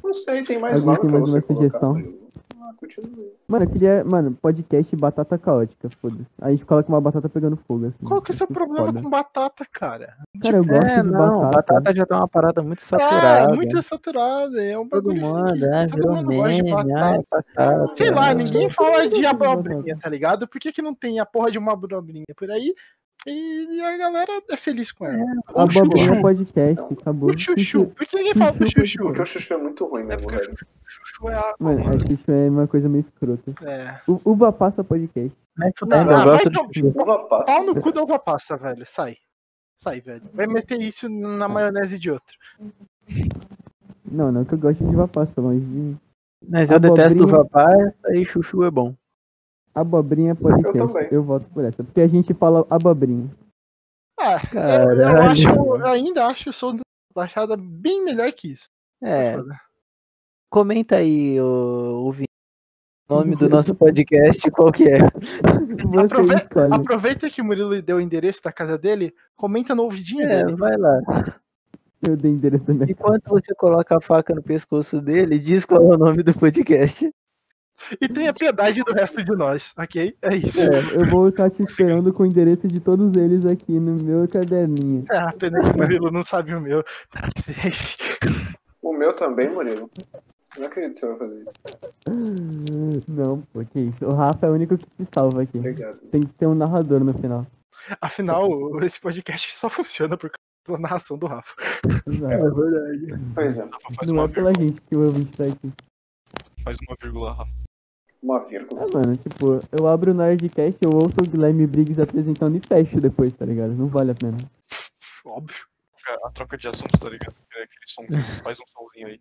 S4: Não sei, tem mais
S5: Alguém
S4: nada
S5: tem
S4: pra
S5: mais
S4: você
S5: uma sugestão?
S4: colocar? Ah, continua. aí.
S5: Mano, eu queria. Mano, podcast batata caótica, foda-se. Aí a gente coloca uma batata pegando fogo, assim.
S1: Qual que é o seu
S5: Assim,
S1: problema
S5: foda.
S1: com batata, cara? Tipo,
S5: Cara, eu gosto
S6: é,
S5: de
S6: não, batata.
S5: batata.
S6: já tá uma parada muito
S1: É,
S6: saturada.
S1: muito saturada, é um
S6: Todo
S1: bagulho assim
S6: mundo,
S1: que
S6: é,
S1: todo
S6: virou
S1: mundo gosta de
S6: meme, ai,
S1: batata.
S6: batata. né.
S1: Sei lá,
S5: Ah,
S1: É, ninguém
S5: eu
S1: fala
S5: também
S1: de
S5: gosto de
S1: abobrinha,
S5: batata.
S1: tá ligado? Por que, que não tem a porra de uma abobrinha por aí? E, e a galera é feliz com ela.
S5: A
S1: O
S5: Bobrinha
S1: chuchu,
S5: podcast, acabou.
S1: o chuchu. Por que ninguém fala do
S5: né? Chuchu.
S1: chuchu?
S4: Porque o chuchu é muito ruim
S2: É
S4: mesmo,
S2: porque
S4: velho.
S2: chuchu, chuchu é água,
S5: Mano, a
S2: mano.
S5: Xuxa é uma coisa meio escrota.
S1: É.
S5: U- Uva passa podcast.
S6: Não, é fudendo,
S1: Não, ah,
S6: eu
S1: vai
S6: gosto de
S1: tomar-
S6: chuchu.
S4: Uva passa.
S1: é Pau no cu da uva passa, velho. Sai. Sai, velho. Vai meter isso na maionese de outro.
S5: Não, não que eu gosto de uva passa, mas de
S6: Mas eu detesto
S5: Abobrinha.
S6: o passa e chuchu é bom.
S5: abobrinha podcast.
S4: Eu também.
S5: voto por essa, porque a gente fala abobrinha.
S1: Ah, eu, eu
S6: Caralho.
S1: acho, eu ainda acho o som do Baixada bem melhor que isso.
S6: É, comenta aí, o, o nome do nosso podcast, qual que é.
S5: Você
S1: Aprove-
S5: escolhe.
S1: Aproveita que o Murilo deu o endereço da casa dele, comenta no ouvidinho
S6: É,
S1: dele.
S6: vai lá.
S5: Eu dei endereço da minha
S6: Enquanto você coloca a faca no pescoço dele, diz qual é o nome do podcast.
S1: E tenha piedade do resto de nós, ok? É isso.
S5: É, eu vou estar te esperando com o endereço de todos eles aqui no meu caderninho.
S1: Ah, pena que o Murilo não sabe o meu. Tá safe.
S4: O meu também, Murilo. Não acredito que você vai fazer isso.
S5: Não, pô, que isso. O Rafa é o único que se salva aqui.
S4: Obrigado.
S5: Tem que ter um narrador no final.
S1: Afinal, esse podcast só funciona por causa da narração do Rafa.
S5: Exato.
S4: Pois é,
S2: Rafa, faz
S5: Não
S2: uma
S5: é pela
S2: vírgula.
S5: gente que o ouvinte tá aqui.
S2: Faz uma vírgula, Rafa.
S4: uma vírgula.
S5: Ah, mano, tipo, eu abro o Nerdcast, eu ouço o Guilherme Briggs apresentando e fecho depois, tá ligado? Não vale a pena.
S1: Óbvio.
S2: A troca de assuntos, tá ligado? É Aquele somzinho. Faz um somzinho aí.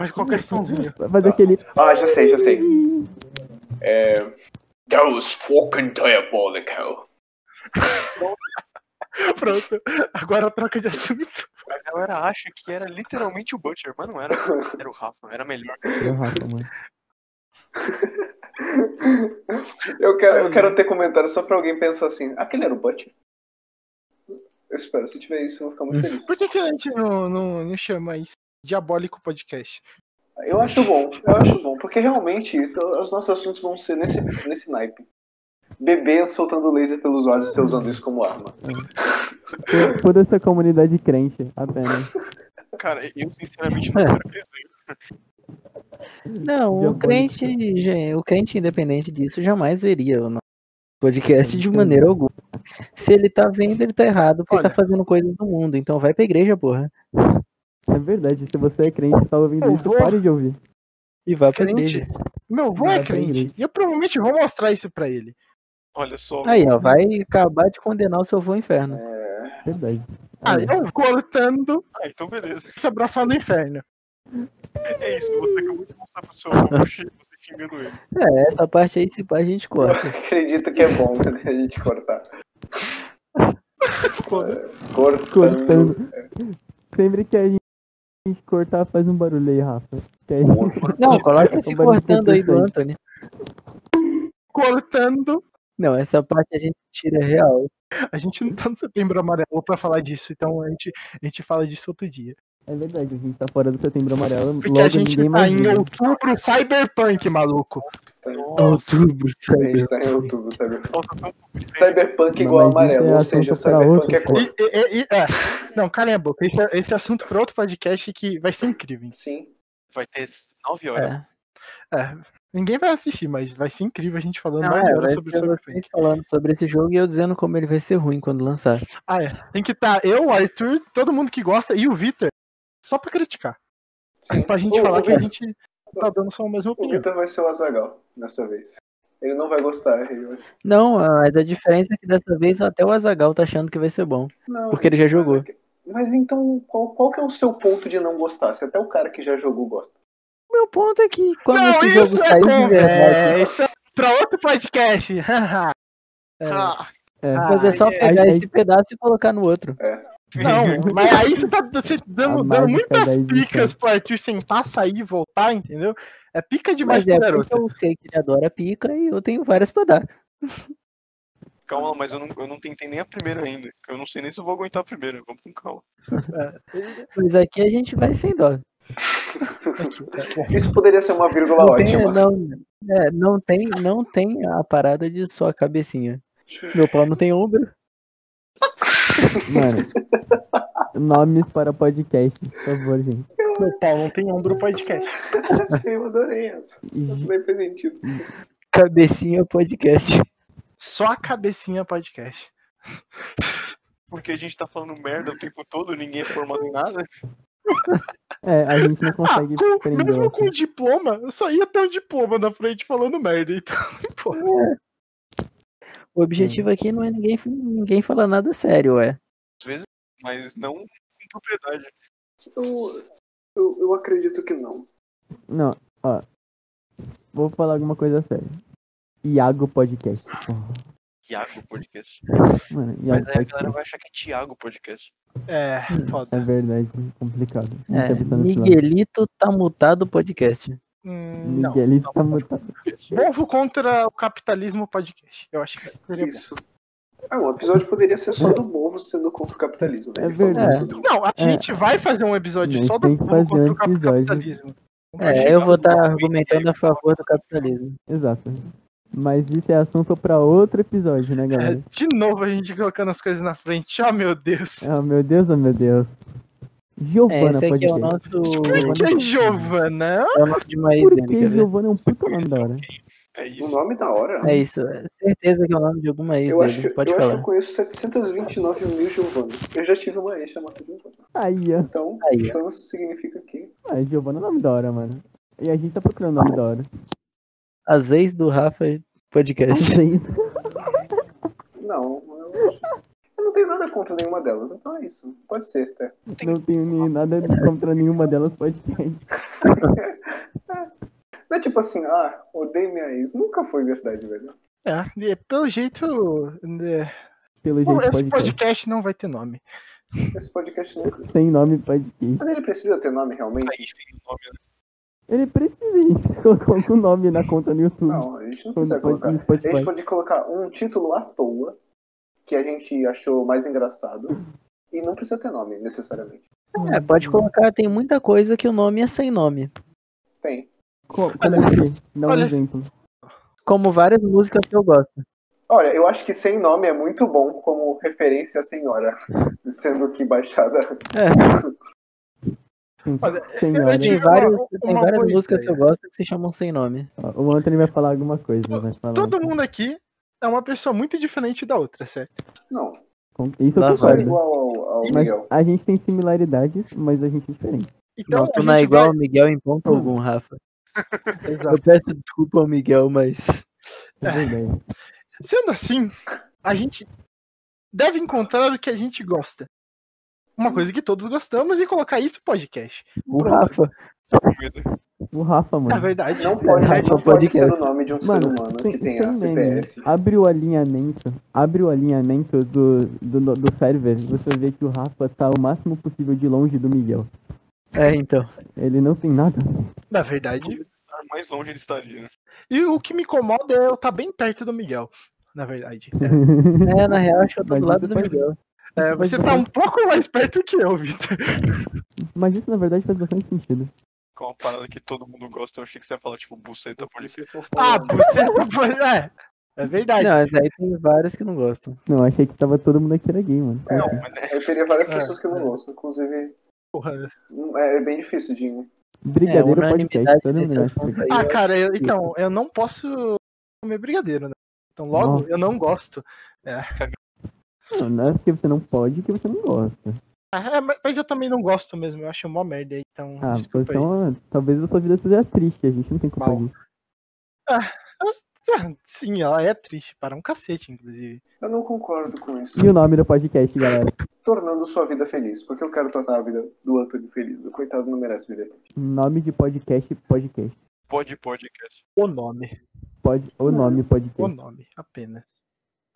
S1: Mas qualquer somzinho.
S5: Mas aquele.
S4: Ah, já sei, já sei.
S5: Uhum.
S4: É... That was fucking diabolical.
S1: Pronto. Agora troca de assunto.
S2: A galera acha que era literalmente o Butcher, mas não era. Era o Rafa, era melhor.
S5: É o Rafa, mano.
S4: Eu quero,
S5: Uhum.
S4: eu quero ter comentário só pra alguém pensar assim. Aquele era o Butcher? Eu espero, se tiver isso, eu vou ficar muito feliz.
S1: Por que, que a gente não, não, não chama isso? Diabólico podcast.
S5: Uhum.
S4: Eu acho bom, eu acho bom, porque realmente to- os nossos assuntos vão ser nesse, nesse naipe. Bebê soltando laser pelos olhos e você usando isso como arma.
S5: To- Toda essa comunidade crente, apenas.
S2: Cara, eu sinceramente não quero que eles venham.
S6: Não, o
S5: Diabólico.
S6: crente, gen- o crente independente disso jamais veria o nosso podcast de
S5: Entendi.
S6: maneira alguma. Se ele tá vendo, ele tá errado, porque
S1: Olha.
S6: tá fazendo coisas do mundo. Então vai pra igreja, porra.
S5: É verdade, se você é crente e tá ouvindo
S1: Eu
S5: isso,
S1: vou-
S5: pare de ouvir.
S6: E vai pra
S1: Crente?
S6: igreja.
S1: Meu avô é
S5: Não, tem
S1: crente.
S5: jeito.
S1: E eu provavelmente vou mostrar isso pra ele.
S2: Olha só.
S6: Aí, ó, vai acabar de condenar o seu avô ao inferno.
S5: É Verdade.
S1: Ah, eu cortando
S2: Ah, então beleza.
S1: se abraçar no inferno.
S2: É isso, você acabou de mostrar pro seu avô, você xingando ele.
S6: É, essa parte aí, se pá, a gente corta.
S4: Acredito que é bom né, a gente cortar. Cortando.
S5: Cortando. Sempre que a gente a gente cortar, faz um barulho aí, Rafa. Que aí-
S6: Não, coloca esse
S5: Então vai
S6: cortando aí do
S5: dificultar.
S6: Anthony.
S1: Cortando.
S6: Não, essa parte a gente tira real.
S1: A gente não tá no setembro amarelo pra falar disso, então a gente, a gente fala disso outro dia.
S5: É verdade, a gente tá fora do setembro amarelo.
S1: Porque
S5: logo
S1: a gente
S5: ninguém
S1: tá
S5: mais
S1: em
S5: liga.
S1: outubro cyberpunk, maluco.
S2: Nossa,
S6: Outubro,
S4: A gente
S6: sabe?
S4: tá em outubro, sabe?
S2: falta tanto
S1: É.
S4: Cyberpunk
S5: Não,
S4: igual
S5: mas isso
S4: amarelo,
S5: é
S4: ou
S5: assunto
S4: seja,
S5: pra
S4: cyberpunk
S5: outro,
S4: é cor.
S1: E, e- e- e- é. Não, calem a boca. Esse, é- esse é assunto pra outro podcast que vai ser incrível. hein?
S4: Sim.
S2: Vai ter 9 horas.
S6: É.
S1: Ninguém vai assistir, mas vai ser incrível a gente falando
S6: Não,
S1: mais
S6: é,
S1: horas
S6: vai
S1: sobre
S6: ser
S1: cyberpunk.
S6: vocês falando sobre esse jogo e eu dizendo como ele vai ser ruim quando lançar.
S1: Ah, é. Tem que estar tá eu, o Arthur, todo mundo que gosta e o Vitor, só pra criticar. Pra gente
S4: O-
S1: falar
S4: o
S1: que a gente tá dando só a mesma
S4: O
S1: opinião.
S4: Victor vai ser o Azagal dessa vez. Ele não vai gostar. Ele vai...
S6: Não, mas a diferença é que dessa vez até o Azagal tá achando que vai ser bom.
S4: Não,
S6: Porque ele já jogou.
S4: Mas então, qual, qual que é o seu ponto de não gostar? Se até o cara que já jogou gosta.
S6: O meu ponto é que quando
S1: não,
S6: esse jogo
S1: isso é
S6: sair de verdade,
S1: conversa. Isso é pra outro podcast.
S2: Ah,
S5: É.
S6: mas é só
S2: Ah,
S6: pegar
S5: aí-
S6: esse pedaço e colocar no outro.
S1: Não, mas aí você tá você dando,
S5: A
S1: dando
S5: mágica
S1: muitas
S5: da existência.
S1: picas pro Arthur sentar, sair e voltar, entendeu? É pica demais pro
S6: Mas é
S1: garoto.
S6: porque eu sei que ele adora pica e eu tenho várias pra dar.
S2: calma, mas eu não, eu não tentei nem a primeira ainda. Eu não sei nem se eu vou aguentar a primeira. Vamos com calma.
S6: Mas aqui a gente vai sem dó.
S4: Isso poderia ser uma vírgula
S6: Não tem,
S4: ótima.
S6: não, é, não, tem, não tem a parada de só a cabecinha. Meu pau não tem ombro.
S5: Mano. Nomes para podcast, por favor, gente.
S1: Meu pau não tem ombro podcast.
S4: Eu adorei essa.
S6: Uhum.
S4: Isso daí fez sentido.
S6: Cabecinha podcast.
S1: Só a cabecinha podcast.
S2: Porque a gente tá falando merda o tempo todo, ninguém é formado em nada.
S5: É, a gente não
S1: Ah,
S5: consegue
S1: com-
S5: prender
S1: mesmo
S5: essa.
S1: com o diploma, eu só ia ter um diploma na frente falando merda. Então, pô.
S6: O objetivo aqui não é ninguém, ninguém falar nada sério, ué.
S2: Às vezes, mas não com propriedade.
S4: Eu, eu, eu acredito que não.
S5: Não, ó. Vou falar alguma coisa séria. Iago Podcast. porra.
S2: Tiago Podcast.
S5: Mano, Iago
S2: Mas aí a galera
S5: Podcast.
S2: vai achar que é Tiago Podcast.
S1: É, foda.
S5: É verdade, complicado. Não
S6: É,
S5: tá pensando nisso, não.
S6: Miguelito tá mutado podcast.
S1: Hum, não.
S5: Miguelito tá mutado.
S1: Povo contra o capitalismo podcast. Eu acho que é. seria bom.
S4: Isso. Ah, um episódio poderia ser
S6: É.
S4: só do Morro sendo contra o capitalismo. né?
S5: É
S4: Ele falou
S5: verdade.
S4: isso tudo.
S1: Não, a
S5: É.
S1: gente vai fazer um episódio
S5: Não,
S1: só
S5: tem
S1: do
S5: que
S1: povo
S5: fazer
S1: contra
S5: um
S1: o cap-
S5: episódio.
S1: capitalismo.
S6: É, eu vou estar
S4: né?
S6: argumentando a favor do capitalismo.
S5: Exato. Mas isso é assunto pra outro episódio, né,
S1: É,
S5: galera?
S1: de novo a gente colocando as coisas na frente. Ah, meu Deus.
S5: Ah, meu Deus, oh meu Deus.
S6: É,
S5: Giovana
S6: esse aqui é o
S5: Podcast.
S6: nosso.
S1: Por que Giovana?
S6: É o nome de uma
S5: Por
S6: ex-dele,
S5: que
S6: quer ver?
S5: Giovana é um puta nome da hora?
S2: É
S4: O
S2: isso.
S4: Um nome da hora.
S6: É isso, é certeza que é o nome de alguma ex
S4: Eu, acho que,
S6: dele, pode
S4: eu acho que
S6: falar.
S4: eu conheço 729 mil Giovanas. Eu já tive uma ex chamada Giovana.
S5: Aí, ó.
S4: Então,
S6: Aí,
S4: então isso significa que.
S5: Ah, Giovana é nome da hora, mano. E a gente tá procurando nome da hora.
S6: as ex do Rafa podcast.
S5: Sim.
S4: Não, eu, acho- eu não tenho nada contra nenhuma delas. Então é isso. Pode ser, até.
S5: Não tenho nem nada contra nenhuma delas podcast.
S4: Não é tipo assim, ah, odeio minha ex. Nunca foi verdade, velho.
S1: É, e pelo jeito. né,
S5: Pelo
S1: bom,
S5: jeito,
S1: esse
S5: podcast. Tá
S1: podcast não vai ter nome.
S4: Esse podcast nunca.
S5: Sem nome podcast.
S4: Mas ele precisa ter nome realmente?
S2: Aí tem o nome, né?
S5: Ele precisa, gente, colocar um nome na conta no YouTube.
S4: Não, a gente não precisa
S1: é
S5: Quando
S4: colocar.
S5: pode no
S4: A gente
S5: Spotify.
S4: pode colocar um título à toa que a gente achou mais engraçado. E não precisa ter nome, necessariamente.
S6: É, pode colocar, tem muita coisa que o nome é sem nome.
S4: Tem.
S5: Co- Como o quê? Dá um
S1: olha-
S5: exemplo.
S6: Como várias músicas que eu gosto.
S4: Olha, eu acho que sem nome é muito bom como referência à senhora. Sendo que baixada.
S5: Sim,
S1: Olha,
S5: Senhora.
S1: digo-
S6: né? Tem,
S1: uma-
S6: vários, tem
S1: uma
S6: várias
S1: boa
S6: músicas que eu
S1: ideia.
S6: gosto que se chamam sem nome.
S5: Ó, O Anthony vai falar alguma coisa, vai falar.
S1: Todo mundo aqui é uma pessoa muito diferente da outra, certo?
S4: Não.
S5: Com- Isso
S6: Lá
S5: eu
S4: Sou
S6: Concordo.
S5: concordo.
S4: igual ao, ao
S5: Mas
S4: Miguel.
S5: a gente tem similaridades, mas a gente é diferente.
S1: Então,
S6: não, tu
S1: a
S6: não é
S1: gente
S6: igual
S1: vai-
S6: ao Miguel em ponto algum, Rafa.
S1: Exato.
S6: Eu peço desculpa ao Miguel, mas.
S5: É verdade.
S1: Sendo assim, a gente deve encontrar o que a gente gosta. Uma coisa que todos gostamos e colocar isso podcast.
S6: O
S1: Pronto.
S6: Rafa.
S5: O Rafa,
S1: Na
S5: mano.
S1: verdade,
S4: Não pode,
S6: Rafa,
S4: não pode
S6: podcast.
S4: ser o nome de um ser
S5: Mano,
S4: humano
S5: sem,
S4: que
S5: sem
S4: tenha
S5: meme,
S4: CPF.
S5: né? abre o alinhamento, abre o alinhamento do, do, do server, você vê que o Rafa tá o máximo possível de longe do Miguel.
S6: É, então.
S5: Ele não tem nada.
S1: na verdade.
S2: Ah, Mais longe ele estaria. né?
S1: E o que me incomoda é eu estar bem perto do Miguel. Na verdade.
S6: É, na real, acho que eu tô
S5: Mas
S6: do lado
S5: isso
S6: do
S5: faz-
S6: Miguel.
S1: É, você tá um pouco mais perto que eu, Vitor.
S5: Mas isso na verdade faz bastante sentido.
S2: Que é uma parada que todo mundo gosta. Eu achei que você ia falar, tipo, buceta podcast.
S1: Ah, você tá. É, é verdade.
S6: Não, mas aí tem vários que não gostam.
S5: Não, achei que tava todo mundo aqui era gay, mano.
S2: Não, mas né?
S4: Eu teria várias
S1: É,
S4: pessoas que eu não gostam, inclusive.
S1: Porra.
S4: não- É é bem difícil de.
S6: É,
S5: Brigadeiro podcast,
S6: unanimidade
S5: todo mundo
S6: nesse
S5: gosta.
S6: assunto aí.
S1: Ah,
S6: eu-
S1: cara, eu- então, eu não posso comer brigadeiro, né? Então, logo, eu não gosto.
S5: Não, não é porque você não pode que você não gosta.
S1: Ah, é, mas- mas eu também não gosto mesmo, eu acho mó merda, então.
S5: Ah,
S1: desculpa
S5: você é
S1: aí.
S5: uma... talvez a sua vida seja triste, a gente não tem culpa
S1: Mal.
S5: disso.
S1: Ah, Sim, ela é triste, para um cacete, inclusive.
S4: Eu não concordo com isso.
S5: E o nome do podcast, galera?
S4: Tornando sua vida feliz, porque eu quero tornar a vida do Antônio feliz. O coitado não merece viver.
S5: Nome de podcast, podcast.
S2: Pode podcast.
S1: O nome.
S5: Pod... O nome
S1: O
S5: podcast. É
S1: nome, apenas.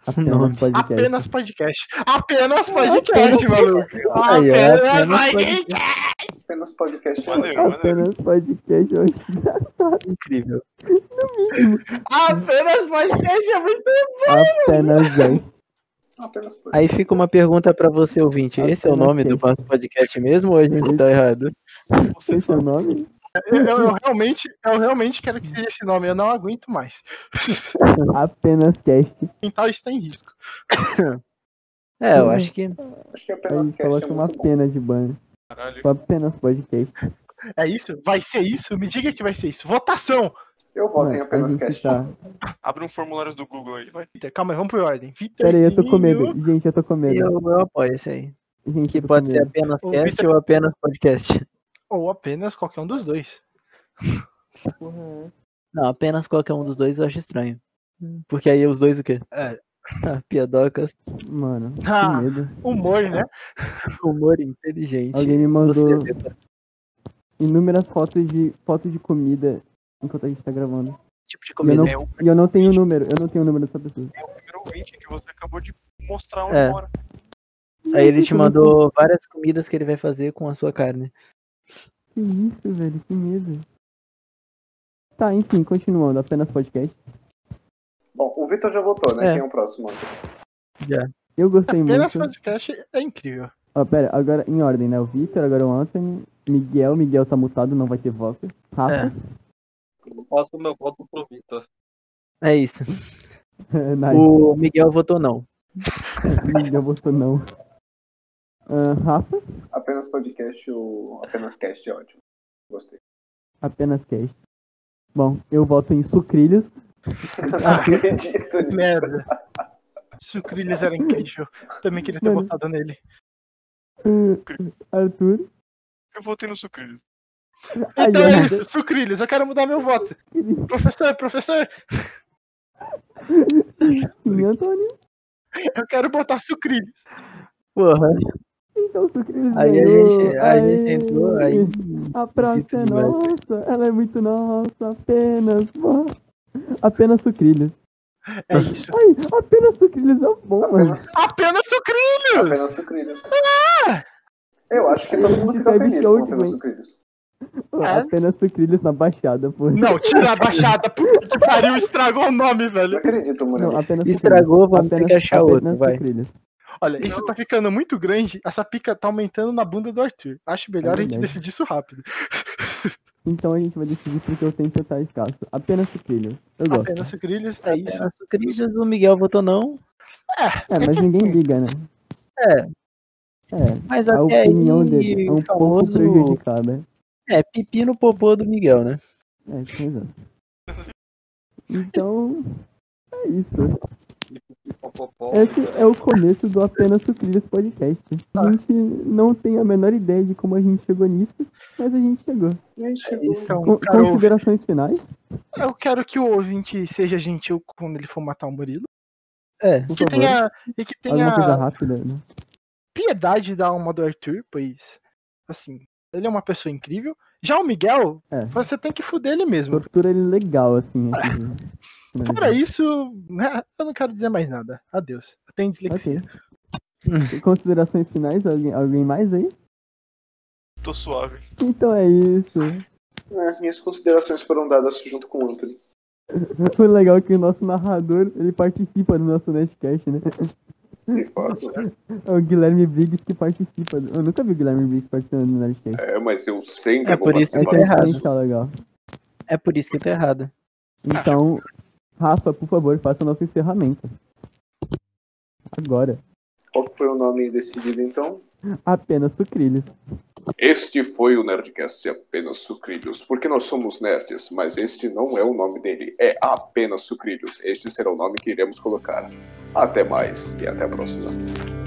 S5: Apenas
S6: nome.
S5: podcast.
S1: Apenas podcast. Apenas podcast, maluco.
S6: Aí, ó,
S1: Apenas
S6: apenas
S1: podcast.
S4: Apenas podcast. é
S2: Maneiro, maneiro.
S5: Apenas podcast hoje.
S6: Incrível.
S1: Apenas podcast é muito.
S5: Apenas 10.
S4: Apenas podcast.
S6: Aí fica uma pergunta pra é você, ouvinte. Esse é o nome do nosso podcast mesmo ou a gente tá errado?
S2: Você
S5: Esse é
S2: sabe
S5: o nome?
S1: Eu, eu- eu realmente, eu realmente quero que seja esse nome, eu não aguento mais.
S5: Apenas cast.
S1: Quintal está em risco.
S6: É, eu
S5: Hum.
S6: acho que.
S4: Acho que
S5: Aí
S4: apenas cast é
S5: coloca uma
S4: muito bom.
S5: pena de banho.
S2: Caralho.
S5: Só apenas podcast.
S1: É isso? Vai ser isso? Me diga que vai ser isso. Votação!
S4: Eu voto em
S5: Mano,
S4: apenas
S5: a gente
S4: cast.
S5: tá-
S2: Abre um formulário do Google aí, vai.
S1: Vitor, calma aí, vamos por ordem. Vitor
S5: Pera aí, eu tô com
S1: Zinho.
S5: medo. Gente, eu tô com medo.
S6: Eu, eu apoio esse aí.
S5: Gente, eu
S6: Que
S5: tô
S6: pode
S5: com
S6: ser
S5: medo.
S6: apenas
S1: O
S6: cast
S1: Victor-
S6: ou apenas podcast.
S1: Ou apenas qualquer um dos dois.
S6: Não, apenas qualquer um dos dois eu acho estranho. Porque aí os dois o quê?
S1: É.
S6: Ah, piadocas,
S5: Mano, que
S1: Ah.
S5: medo.
S1: Humor, né?
S6: humor inteligente.
S5: Alguém me
S6: Você
S5: mandou
S6: vê pra-
S5: inúmeras fotos de fotos de comida enquanto a gente tá gravando.
S6: tipo de
S5: eu
S6: comida.
S5: não-
S2: É o
S4: um
S5: E eu não tenho o número, eu não tenho o número dessa pessoa.
S2: primeiro ouvinte que você acabou de mostrar um
S6: É.
S2: onde mora.
S6: Aí ele te mandou várias comidas que ele vai fazer com a sua carne.
S5: Que isso, velho, que medo. Tá, enfim, continuando, apenas podcast.
S4: Bom, o Vitor já votou, né?
S6: É.
S4: Quem é o próximo?
S5: Eu gostei
S1: Apenas
S5: muito.
S1: podcast é incrível.
S5: Ó, pera, agora em ordem, né? O Vitor, agora o Anthony, Miguel, Miguel tá mutado, não vai ter voto. Rafa,
S3: Eu passo meu voto pro Vitor.
S6: É isso. É.
S5: nice.
S6: O Miguel votou não.
S5: Miguel votou não. Ah, Rafa,
S4: Apenas podcast ou apenas cast é ótimo. Gostei.
S5: apenas cast. Bom, eu voto em sucrilhos.
S4: Não acredito nisso.
S1: Merda. Sucrilhas era incrível. Também queria ter
S5: Mano.
S1: votado nele.
S5: Ah, Arthur.
S2: Eu voltei no Sucrilhos.
S5: Ai,
S1: Então é
S5: ai,
S1: isso, Sucrilhas, eu quero mudar meu voto. Professor, professor,
S5: Sim, Antônio.
S1: eu quero botar Sucrilhas.
S6: Porra.
S5: Então sucrilhos
S6: Aí a
S5: ganhou.
S6: gente, a
S5: Aê.
S6: gente entrou, aí.
S5: A praça é
S6: Sinto demais.
S5: nossa, ela é muito nossa, apenas. Apenas sucrilhos.
S1: É isso.
S5: Ai, apenas sucrilhos é o bom, mano.
S4: Apenas,
S1: Apenas Sucrilhos!
S4: apenas sucrilhos. Eu acho que todo mundo fica feliz com apenas sucrilhos.
S1: É.
S5: Apenas sucrilhos na baixada, pô.
S1: Não, tira a baixada, puta que pariu, estragou o nome,
S4: Não
S1: velho.
S4: acredito,
S5: Não,
S4: Murilo.
S5: apenas
S6: Estragou,
S5: sucrilhos.
S6: vamos ter que achar outro,
S5: apenas é
S6: vai.
S5: sucrilhos.
S1: Olha, isso tá ficando muito grande, essa pica tá aumentando na bunda do Arthur. Acho melhor a gente
S5: verdade.
S1: decidir isso rápido.
S5: Então a gente vai decidir porque eu tenho que estar escasso. Apenas sucrilhos. Eu gosto.
S1: Apenas Sucrilhas, é isso.
S6: Apenas Sucrilhos, o Miguel votou não.
S5: É,
S1: É
S5: mas
S1: que
S5: ninguém
S1: assim-
S5: liga, né?
S6: É.
S5: É,
S6: Mas
S5: a
S6: até aí,
S5: opinião dele é um
S6: o
S5: pouco
S6: famoso.
S5: prejudicada.
S6: É, pipi no popô do Miguel, né?
S5: É, pois é. Então, é isso.
S3: Popopó.
S5: Esse é o começo do Apenas Sucrilhos Podcast.
S6: Tá.
S5: A gente não tem a menor ideia de como a gente chegou nisso, mas a gente chegou.
S4: Gente,
S6: Um
S1: Então,
S5: Con-
S1: cara, eu-
S5: considerações finais?
S1: eu quero que o ouvinte seja gentil quando ele for matar o Murilo.
S6: É.
S5: Por
S1: Que
S5: favor.
S1: tenha, e que
S5: Alguma coisa
S1: tenha
S5: rápida, né?
S1: piedade da alma do Arthur, pois, assim, ele é uma pessoa incrível. Já o Miguel,
S5: É.
S1: você tem que fuder ele mesmo.
S5: Tortura ele legal, assim. assim
S1: Fora isso, né, eu não quero dizer mais nada. Adeus. Eu tenho dislexia.
S5: Ok. E assim. Considerações finais? Alguém, alguém mais aí?
S2: Tô suave.
S5: Então é isso.
S4: É, minhas considerações foram dadas junto com o Anthony.
S5: Foi legal que o nosso narrador, ele participa do nosso Nerdcast, né?
S4: De fato. né?
S5: É o Guilherme Briggs que participa. do- Eu nunca vi o Guilherme Briggs participando do Nerdcast.
S4: É, mas eu sempre
S6: É
S4: vou
S6: por isso
S5: Essa
S6: que
S5: é
S6: tá
S4: participar.
S5: a
S6: errado.
S5: diferencial legal.
S6: É por isso que tá errado.
S5: Então, Rafa, por favor, faça o nosso encerramento. Agora.
S4: Qual que foi o nome decidido, então?
S5: Apenas sucrilhos.
S4: Este foi o Nerdcast Apenas Sucrilhos, porque nós somos nerds, mas este não é o nome dele, é apenas Sucrilhos. Este será o nome que iremos colocar. Até mais e até a próxima.